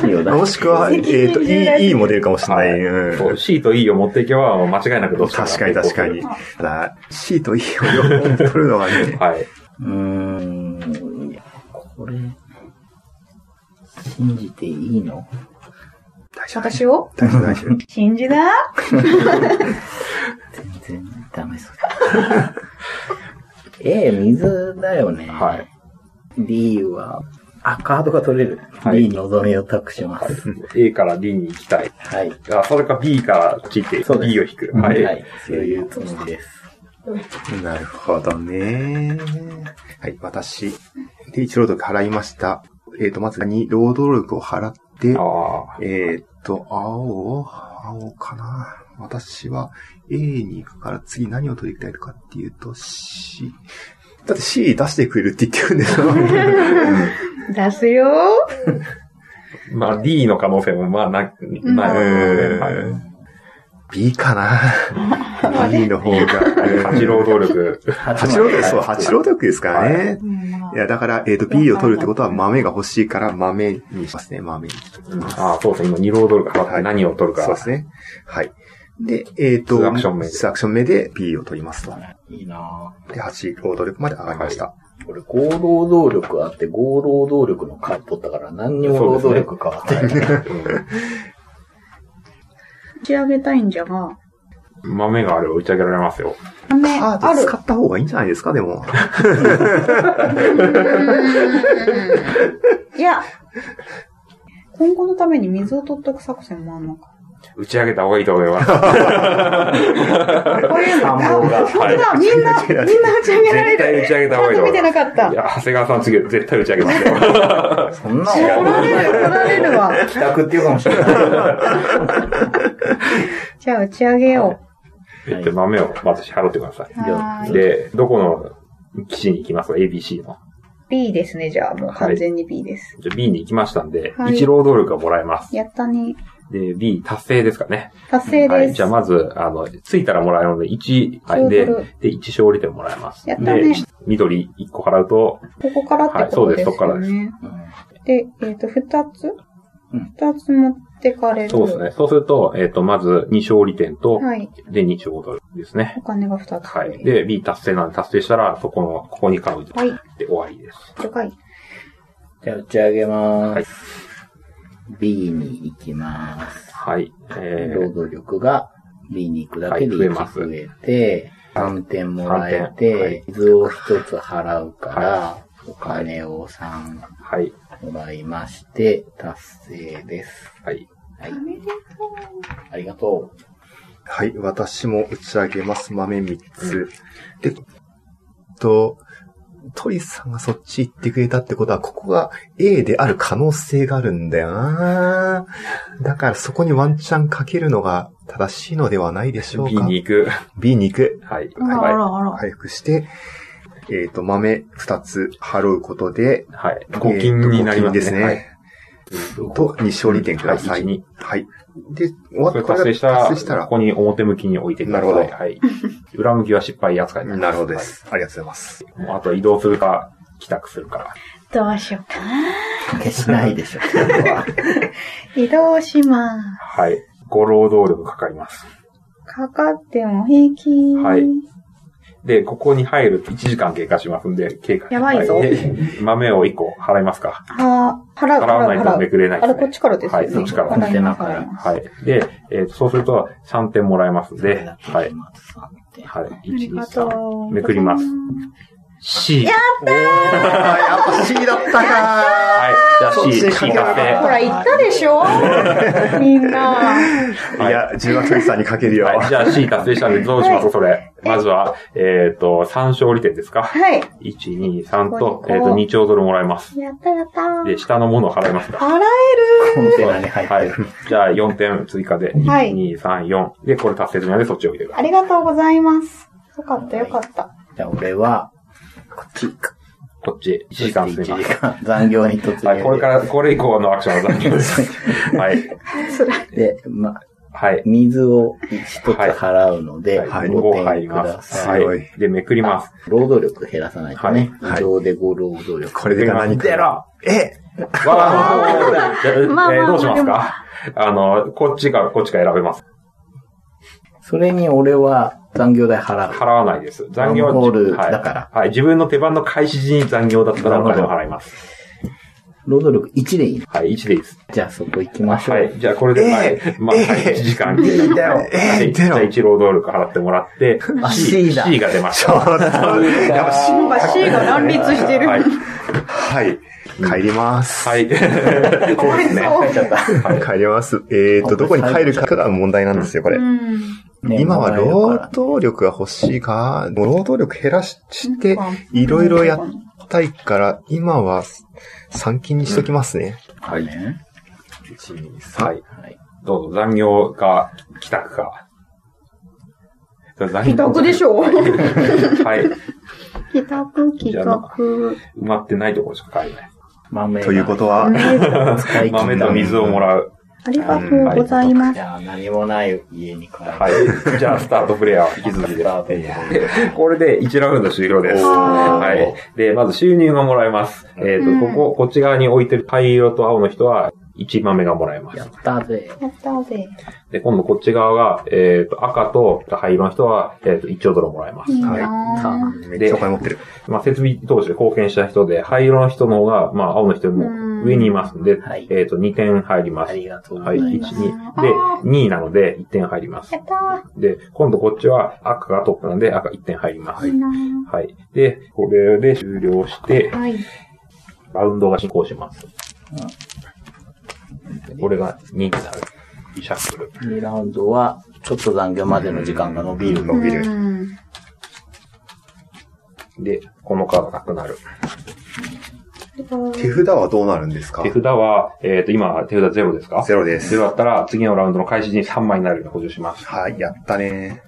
くれるもしくは、えっ、と、いい、いいモデルかもしれない。うんそう C と E を持っていけば、もう間違いなくどっち確かに確かに。ただ、C と E を両方取るのはね、はい。うーん、いやこれ、信じていいの大丈夫。私を大丈夫、大丈夫。信じだ全然ダメ そうだ。A、水だよね。はい。 D は、あ、カードが取れる。は D、い望みを託します。 A から D に行きたい。はい。あ、それか B からこっち行ってそうです B を引く。は、はいい。そういうつもりです。 なるほどね。はい、私。で、一労働力払いました。えっ、と、まずに労働力を払って、ああ。えっ、と、青を、青かな。私は A に行くから次何を取りたいかっていうと C。だって C 出してくれるって言ってるんですよ。出すよまあ D の可能性もまあな、なうい。んはい。 B かな ?B の方が。八労働力。八郎です。そう、八郎力ですからね。うんまあいや、だから、えっ、と、B を取るってことは豆が欲しいから豆にしますね、豆に。ああ、そうですね。今2労働力払って何を取るか。そうですね。はい。で、えっ、と、ツーアクション目でツーアクション目で B を取りますと。いいなで、8、労働力まで上がりました。ぁ。これ、合労働力あって、合労働力のカード取ったから、何にも労働力変わってない。打ち上げたいんじゃが、うん豆があれば打ち上げられますよ。豆カあードる使。った方がいいんじゃないですか、でも。いや、今後のために水を取っとく作戦もあんのか。打ち上げた方がいいと思います。こういうの、参あ、謀が本当だ、みんな、みんな打ち上げられ絶対る。打ち上げちゃんた方がいいとと思見いてまなかった。す。い取や、長谷川さん次は絶対打ち上げますよ。そんなられる、取られるわ。帰宅っていうかもしれない。じゃあ打ち上げよで、豆をまず支払ってくださう。はいはーい。い。で、どこの基地に行きますか ?ABC の。 B ですね、じゃあ。もう完全に B です。じゃあ B に行きましたんで、はい一労働力がもらえます。やったね。で、B 達成ですかね。達成はでい。す。じゃあまず、あの、着いたらもらえるので、1、はい、でちょうど、で、1勝利点もらえます。やったねで、緑1個払うと、ここからってことですよね。はいそうですでえっ、と、二つうん二つ持ってかれる。そうですね。そうすると、えっ、と、まず2勝利点と、はい。で、2勝ドルですね。お金が二つ。はい。、で、B 達成なんで、達成したら、そこの、ここに買う。はい。で、終わりです。でかい。じゃあ打ち上げまはーいす。B に行きます。はい。え労働力が B に行くだけではい増え1ます増えて、3点もらえ三点はいて、水を1つ払うから、おはい金を3ー、はい。もらいまして、達成です。はい。はい。ありがとう。はい、私も打ち上げます。豆3つ。で、えっと、トリスさんがそっち行ってくれたってことは、ここが A である可能性があるんだよなだからそこにワンチャンかけるのが正しいのではないでしょう B か。に行く。 B に行く。はい。あらあはらあら。回復して、えっ、と、豆2つ払うことで、い。はい。5金になりますね。えーと五金ですね。はい。と、2勝利点ください。はい一二はい。で、終わっそてれこれが達成したら、達成したらここに表向きに置いてください。なるほどはい。裏向きは失敗扱いになりまするほどで。す。ありがとうございます。はいもうあとは移動するか、帰宅するか。どうしようかな。消しないでしょ、これは。移動します。はい。ご労働力かかります。かかっても平気。はいで、ここに入ると1時間経過しますんで、経過。やばいぞはで 豆を1個払いますか。は、払う、払わない払とう。めくれないであす、れ、ね。こっちからですよね。はい、こっちから。払いますこっちから払いますはい。で、えーとそうすると3点もらえますんで、はい。はい。あり1、2、が3。とう。めくります C。やっあやっぱ C だったかはい。じゃあ C、C 達ほ成。ら、言ったでしょみんな。はいいや、10月さんにかけるよ。はい、じゃあ C 達成したんでどうしますそれ。まずは、えっ、と、3勝利点ですかはい。 ?1、2、3ことこ、えっ、と、2兆ドルもらえます。やったやったで、下のものを払いますか払コンテナに入はっいてる。。じゃあ4点追加で、はい1、2、3、4。で、これ達成済みなんでそっち置いてくだありがとうございます。よかったよかった。じゃあ俺は、こっち行く。こっち、1時間進み1ま時す。間残業に突入。はい、これから、これ以降のアクションは残念です。はい。で、まあ、はい。水を一つ払うので、はい、 5 5入点りくだます。さい。はい。で、めくります。労働力減らさないとね。はい以上で5労働力。これでが何か。ゼロえわー えまあまあーどうしますかあの、こっちか、こっちか選べます。それに俺は残業代払う。払わないです。残業ワンホールはいだからはい。自分の手番の開始時に残業だったらお金を払います。労働力1でいいの。はい、1でいいです。じゃあそこ行きましょう。はい。じゃあ、これで、えーはい。まあ、えー1時間。いいだよはえーい。じゼロゃあ、1労働力払ってもらってあ、C だ C が出ましちょた。っと、やっぱ C なんか C が乱立してる。はい。はい。帰ります。 はい。そうですね。書いちゃった。 はい。帰ります。えーと、どこに帰るかが問題なんですよ、これう。ん。ね今はもらえ労るから働力が欲しいか、労働力減らして、いろいろやったいから、今は3金にしときますね。はいね。 1、2、3。はい。はい。どうぞ、残業か、帰宅か。帰帰宅でしょ はい。帰宅、帰じゃあ宅。埋まってないところしか帰れない。豆が。ということは、使い切 豆っと水をもらう。ありがとうございた。まいす。や、何もない家に帰る。 はい。じゃあ、スタートプレイヤーは引き続きスです。タートです。これで1ラウンド終了です。おーはい。で、まず収入がもらえます。えっ、うんと、ここ、こっち側に置いてる灰色と青の人は1豆がもらえまやすっ。たぜ。やったぜ。で、今度こっち側が、えっ、と、赤と灰色の人は、えっ、と、1兆ドルもらえます。いいはいなぁ。めっちゃお金持ってる。まあ、設備投資で貢献した人で、灰色の人の方が、まあ、青の人よりも上にいますんで、はいえっ、と、2点入りまあす。りがとうごはざい、い1、ます。 2。で、2位なので1点入りますや。ったで、今度こっちは赤がトップなんで赤1点入ります。ー。いいは。ないで、これで終了してぁ。、はい。ラウンドが進行します。これが2になる。リシャッフル。 2ラウンドは、ちょっと残業までの時間が伸びる。伸びる。うん。で、このカードなくなる。手札はどうなるんですか手札は、えっ、と、今、手札ゼロですかゼロですゼロだったら、次のラウンドの開始時に3枚になるように補充します。はい、やったね。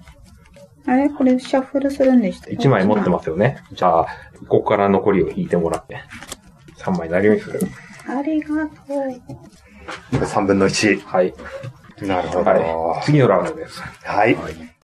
あれこれシャッフルするんでした1枚持ってまますよね。じゃあ、ここから残りを引いてもらって、3枚になるようにする。す。ありがとう。 3分の1。はい。なるほど。はい。は次のラウンドです。い。